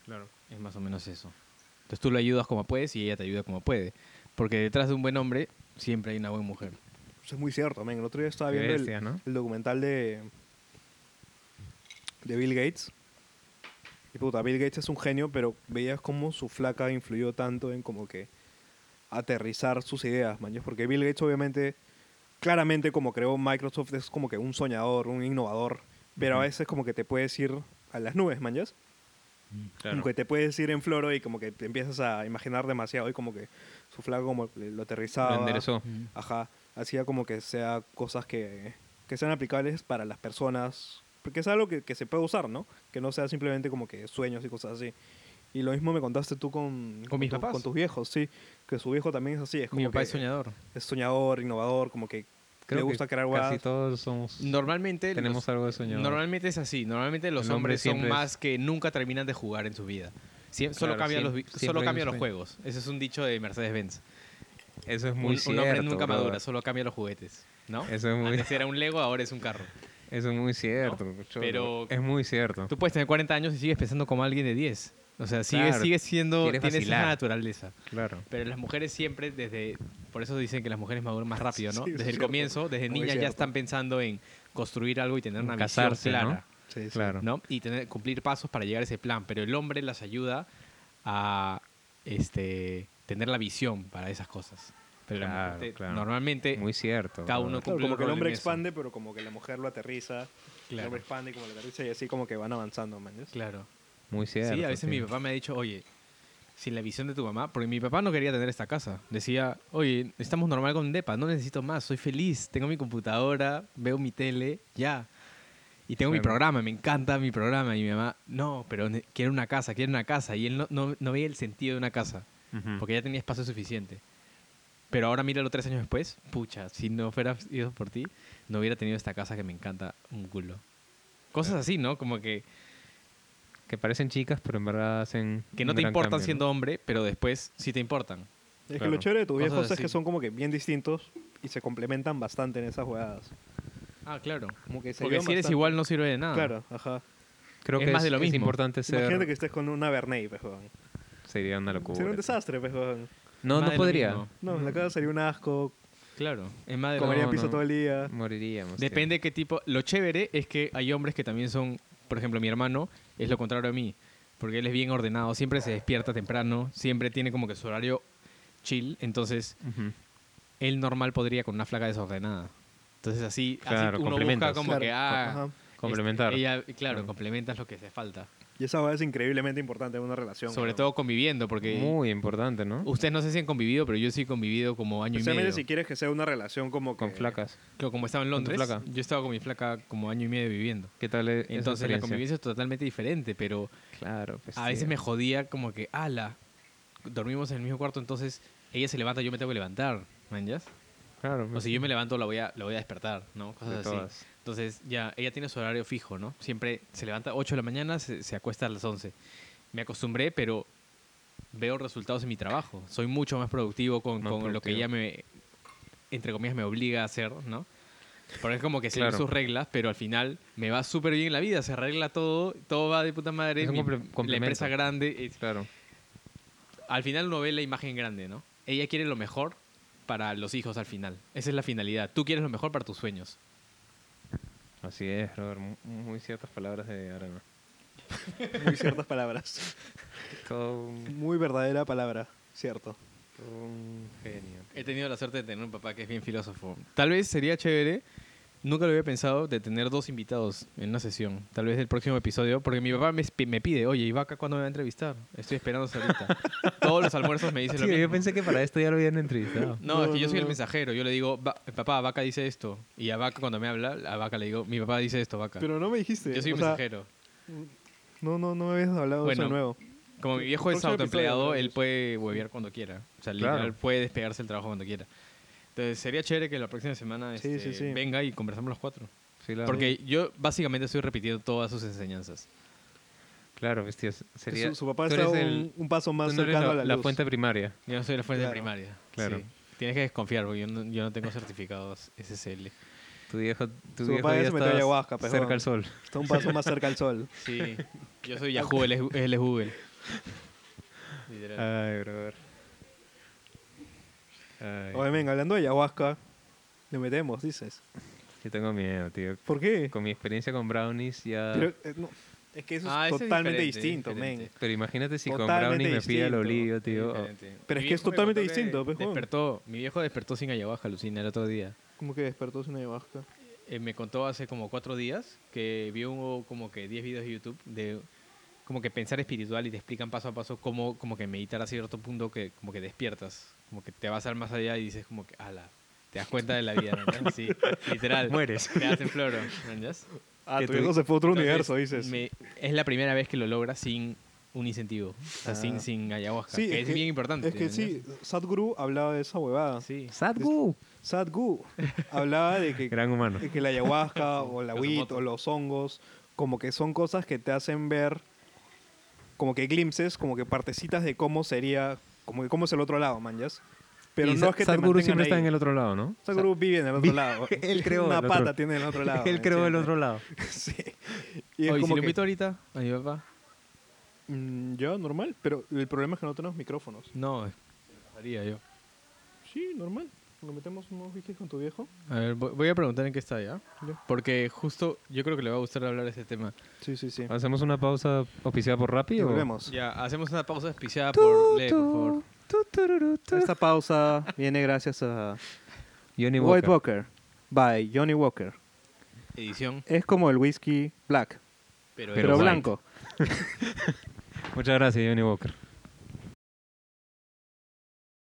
A: Claro.
B: Es más o menos eso. Entonces tú lo ayudas como puedes y ella te ayuda como puede. Porque detrás de un buen hombre siempre hay una buena mujer.
C: Eso es muy cierto, men. El otro día estaba
A: Qué
C: viendo el-
A: bestia,
C: el,
A: ¿no?
C: documental de, de Bill Gates. Y puta, Bill Gates es un genio, pero veías cómo su flaca influyó tanto en como que aterrizar sus ideas, man. Porque Bill Gates obviamente, claramente como creó Microsoft, es como que un soñador, un innovador. Pero a veces como que te puedes ir a las nubes, man. ¿yas?
A: Claro.
C: Como que te puedes ir en floro y como que te empiezas a imaginar demasiado y como que su flaco como que lo aterrizaba.
A: Lo enderezó.
C: Ajá, hacía como que sea cosas que, que sean aplicables para las personas, porque es algo que, que se puede usar, ¿no? Que no sea simplemente como que sueños y cosas así. Y lo mismo me contaste tú con,
B: mis
C: tu-
B: papás.
C: con tus viejos, sí, que su viejo también es así, es como
B: Mi papá
C: que
B: es soñador.
C: es soñador, innovador, como que le gusta crear
A: casi
C: guadas.
A: todos somos...
B: Normalmente
A: Tenemos
B: los-
A: algo de soñador.
B: Normalmente es así. Normalmente los
A: El hombre
B: hombres son
A: siempre es-
B: más que nunca terminan de jugar en su vida. Sie- solo
A: Claro,
B: cambian, los,
A: siem-
B: vi-
A: siempre
B: solo
A: hay un
B: cambian los
A: sueño.
B: juegos. Ese es un dicho de Mercedes-Benz.
A: Eso es
B: Un,
A: muy
B: un
A: cierto.
B: hombre nunca
A: brother.
B: madura, solo cambia los juguetes. ¿No?
A: Eso es muy,
B: Antes era un Lego, ahora es un carro.
A: eso es muy cierto. cholo.
B: Pero-
A: es muy cierto.
B: Tú puedes tener 40 años y sigues pensando como alguien de 10. O sea, sigues,
A: Claro,
B: sigues siendo.
A: quieres
B: Tienes esa
A: vacilar.
B: naturaleza.
A: Claro.
B: Pero las mujeres siempre, desde. Por eso dicen que las mujeres maduran más rápido, ¿no?
C: Sí, es
B: desde el
C: cierto.
B: comienzo, desde
C: Muy
B: niñas ya
C: cierto.
B: están pensando en construir algo y tener una
A: Casarse,
B: visión
A: ¿no?
B: clara.
C: Sí, sí.
A: Claro.
B: ¿no? Y tener, cumplir pasos para llegar a ese plan. Pero el hombre las ayuda a este, tener la visión para esas cosas. Pero la
A: Claro,
B: mujer te-
A: claro.
B: Normalmente,
A: Muy cierto.
B: eh, cada uno
A: brother.
C: Claro,
B: cumple
C: como
B: el
C: que el
B: rol
C: hombre
B: en eso.
C: expande, pero como que la mujer lo aterriza. El
B: Claro.
C: hombre expande y como lo aterriza y así como que van avanzando, man. ¿sí?
B: claro.
A: Muy cierto.
B: sí, a veces mi papá me ha dicho, oye, sin la visión de tu mamá, porque mi papá no quería tener esta casa. Decía, oye, estamos normal con Depa, no necesito más, soy feliz, tengo mi computadora, veo mi tele, ya. Y tengo mi
A: Claro.
B: programa, me encanta mi programa. Y mi mamá, no, pero ne- quiero una casa, quiero una casa. Y él no, no, no veía el sentido de una casa,
A: Ujú.
B: porque ya tenía espacio suficiente. Pero ahora míralo tres años después, pucha, si no fuera ido por ti, no hubiera tenido esta casa que me encanta un culo. Cosas así, ¿no? Como que...
A: Que parecen chicas, pero en verdad hacen.
B: que no
A: un
B: te
A: gran
B: importan
A: cambio, ¿no?
B: siendo hombre, pero después sí te importan.
C: Es que
A: Claro.
C: lo chévere de tus
B: Cosas
C: viejos es
B: así.
C: que son como que bien distintos y se complementan bastante en esas jugadas.
B: Ah, claro.
C: Como que se
B: Porque
C: ayudan
B: si eres
C: bastante.
B: igual no sirve de nada.
C: Claro,
A: Ah.
C: ajá.
A: Creo
B: Es
A: que
B: más
A: es,
B: de lo
A: es
B: mismo.
A: importante ser.
C: Imagínate que estés con una Bernay, pues, weón.
A: Sería una locura.
C: Sería un desastre, pues, weón.
A: No, no
B: Más de lo
A: podría.
B: mismo.
C: No, la casa sería un asco.
B: Claro. Es más de lo
C: Comería
A: Mm. no,
C: piso
A: no.
C: todo el día.
A: Moriríamos. sí.
B: Depende qué tipo. Lo chévere es que hay hombres que también son, por ejemplo, mi hermano es lo contrario a mí, porque él es bien ordenado, siempre se despierta temprano, siempre tiene como que su horario chill, entonces
A: Ujú.
B: él normal podría con una flaca desordenada. Entonces así, así
A: Claro,
B: uno busca
A: complementas.
B: como
C: Claro,
B: que ah,
C: ajá.
B: este,
A: Complementar.
B: ella, claro,
A: Mm.
B: complementas lo que hace falta.
C: Y esa jugada es increíblemente importante en una relación.
B: Sobre
C: weón.
B: todo conviviendo, porque
A: Muy importante, ¿no?
B: Ustedes no sé si han convivido, pero yo sí he convivido como año y medio.
C: Especialmente si quieres que sea una relación como
A: Con
C: que-
A: flacas.
B: Claro, como estaba en
A: con tu
B: Londres,
A: flaca.
B: yo estaba con mi flaca como año y medio viviendo.
A: ¿Qué tal e- esa
B: Entonces la
A: experiencia?
B: convivencia es totalmente diferente, pero
A: Claro, pues,
B: a veces
A: sí.
B: me jodía como que, ala, dormimos en el mismo cuarto, entonces ella se levanta, yo me tengo que levantar, ¿manjas?
A: Claro,
B: O
A: pues,
B: si yo me levanto, la voy a, la voy a despertar, ¿no?
A: de
B: Cosas así.
A: todas.
B: Entonces, ya, ella tiene su horario fijo, ¿no? Siempre se levanta 8 de la mañana, se, se acuesta a las 11. Me acostumbré, pero veo resultados en mi trabajo. Soy mucho más productivo con,
A: Más
B: con lo que
A: productivo.
B: ella me, entre comillas, me obliga a hacer, ¿no? Porque es como que siguen
A: Claro.
B: sus reglas, pero al final me va súper bien en la vida. Se arregla todo, todo va de puta madre.
A: Es un
B: mi-
A: comple-
B: la
A: complemento.
B: empresa grande. es-
A: Claro.
B: al final uno ve la imagen grande, ¿no? Ella quiere lo mejor para los hijos al final. Esa es la finalidad. Tú quieres lo mejor para tus sueños.
A: Así es, Robert. Mu- Muy ciertas palabras de Arana.
C: Muy ciertas palabras.
A: Todo un,
C: Muy verdadera palabra, cierto.
A: todo un genio.
B: He tenido la suerte de tener un papá que es bien filósofo. Tal vez sería chévere, nunca lo había pensado, de tener dos invitados en una sesión. Tal vez el próximo episodio, porque mi papá me, espi- me pide, oye, ¿y Vaca cuándo me va a entrevistar? Estoy esperando hasta ahorita. Todos los almuerzos me dicen lo
A: Tío, yo
B: mismo.
A: pensé que para esto ya lo habían entrevistado.
B: No, es que yo soy el mensajero. Yo le digo, "Va- papá, Vaca dice esto. Y a Vaca cuando me habla, a Vaca le digo, mi papá dice esto, Vaca.
C: Pero no me dijiste.
B: yo soy
C: o
B: un
C: sea,
B: mensajero.
C: no, no, no me habías hablado de
B: Bueno,
C: eso de nuevo.
B: Como mi viejo es
C: próximo
B: autoempleado,
C: episodio,
B: él
C: entonces.
B: puede huevear cuando quiera. O sea,
A: Claro.
B: literal, puede despegarse el trabajo cuando quiera. Entonces, sería chévere que la próxima semana
C: Sí,
B: este,
C: sí, sí.
B: venga y conversamos los cuatro.
A: Sí, claro.
B: Porque yo básicamente estoy repitiendo todas sus enseñanzas.
A: Claro, pues, tío, sería...
C: su, su papá
A: tú
C: está
A: eres
C: un,
A: el-
C: un paso más
A: tú no eres
C: cercano
A: la,
C: a la,
A: la
C: luz.
A: fuente primaria.
B: Yo no soy la fuente
C: Claro.
B: primaria.
A: Claro.
B: sí. Tienes que desconfiar porque yo no, yo no tengo certificados SSL.
A: Tu viejo, tu
C: Su
A: viejo
C: papá ya
A: ya
C: se metió
A: está
C: ayahuasca, pues,
A: cerca
C: bueno.
A: al sol.
C: Está un paso más cerca al sol.
B: Sí. Yo soy Yahoo, él es, él es Google. Literal.
A: Ay, brother. Ay,
C: Oye, venga, hablando de ayahuasca, le metemos, dices.
A: yo tengo miedo, tío.
C: ¿Por qué?
A: Con mi experiencia con brownies ya...
C: Pero, eh, no, es que eso
B: Ah,
C: es
B: ese es
C: totalmente
B: diferente,
C: distinto,
B: diferente.
C: men.
A: Pero imagínate si con
C: Totalmente
A: brownies me pide el
C: distinto.
A: olivo, tío.
B: Diferente.
C: Pero
B: Mi
C: es que es
B: viejo me
C: totalmente
B: contó que
C: distinto, pues, huevón.
B: despertó, Mi viejo despertó sin ayahuasca, Lucina, el otro día.
C: ¿Cómo que despertó sin ayahuasca?
B: Eh, me contó hace como cuatro días que vio un- como que 10 videos de YouTube de como que pensar espiritual y te explican paso a paso cómo como que meditar a cierto punto que como que despiertas, como que te vas al más allá y dices como que ala, te das cuenta de la vida, ¿me entiendes? Sí, literal.
A: Mueres.
B: Te hacen floro, ¿me entiendes?
C: Ah,
A: Que
C: tu
A: tu-
C: viejo se fue a otro
B: Entonces,
C: universo, dices.
B: me- es la primera vez que lo logras sin un incentivo, o sea, sin, sin ayahuasca,
C: Ah. Sí,
B: que es, bien importante.
C: Es que
B: ¿me
C: sí,
B: entiendes?
C: Sadhguru hablaba de esa huevada.
B: Sí.
A: Sadgu.
C: Sadhguru hablaba de que,
A: Gran humano.
C: de que la ayahuasca o la
B: Los
C: wit
B: motos.
C: o los hongos, como que son cosas que te hacen ver como que glimpses, como que partecitas de cómo sería, como que cómo es el otro lado, manjas. Pero no es que te
A: Sadhguru
C: mantengan
A: siempre está
C: ahí.
A: en el otro lado, ¿no?
C: Sadhguru vive en el otro
A: Vive-
C: lado.
A: Él creó
C: Una
A: el otro-
C: pata tiene en el otro lado.
A: Él
C: ¿me
A: creó el
C: entiendes?
A: otro lado.
C: sí. Y es
B: Oye, si
C: como
B: lo
C: que,
B: invito ahorita a mi papá.
C: mm, ya, normal, pero el problema es que no tenemos micrófonos.
B: No, eh, haría yo.
C: Sí, normal. Nos metemos unos whisky con tu viejo.
B: A ver, voy voy a preguntar en qué está ya.
C: Ya.
B: Porque justo yo creo que le va a gustar hablar de ese tema.
C: Sí, sí, sí.
A: ¿Hacemos una pausa oficial por
C: Y
A: Rappi o...?
C: volvemos.
B: Ya, hacemos una pausa despiciada por Lee, por favor.
C: Esta pausa viene gracias a
A: Johnny
C: White
A: Walker.
C: Walker by Johnny Walker.
B: Edición,
C: Es como el whisky black,
B: pero,
C: pero,
A: white.
C: blanco. pues.
A: Muchas gracias, Johnny Walker.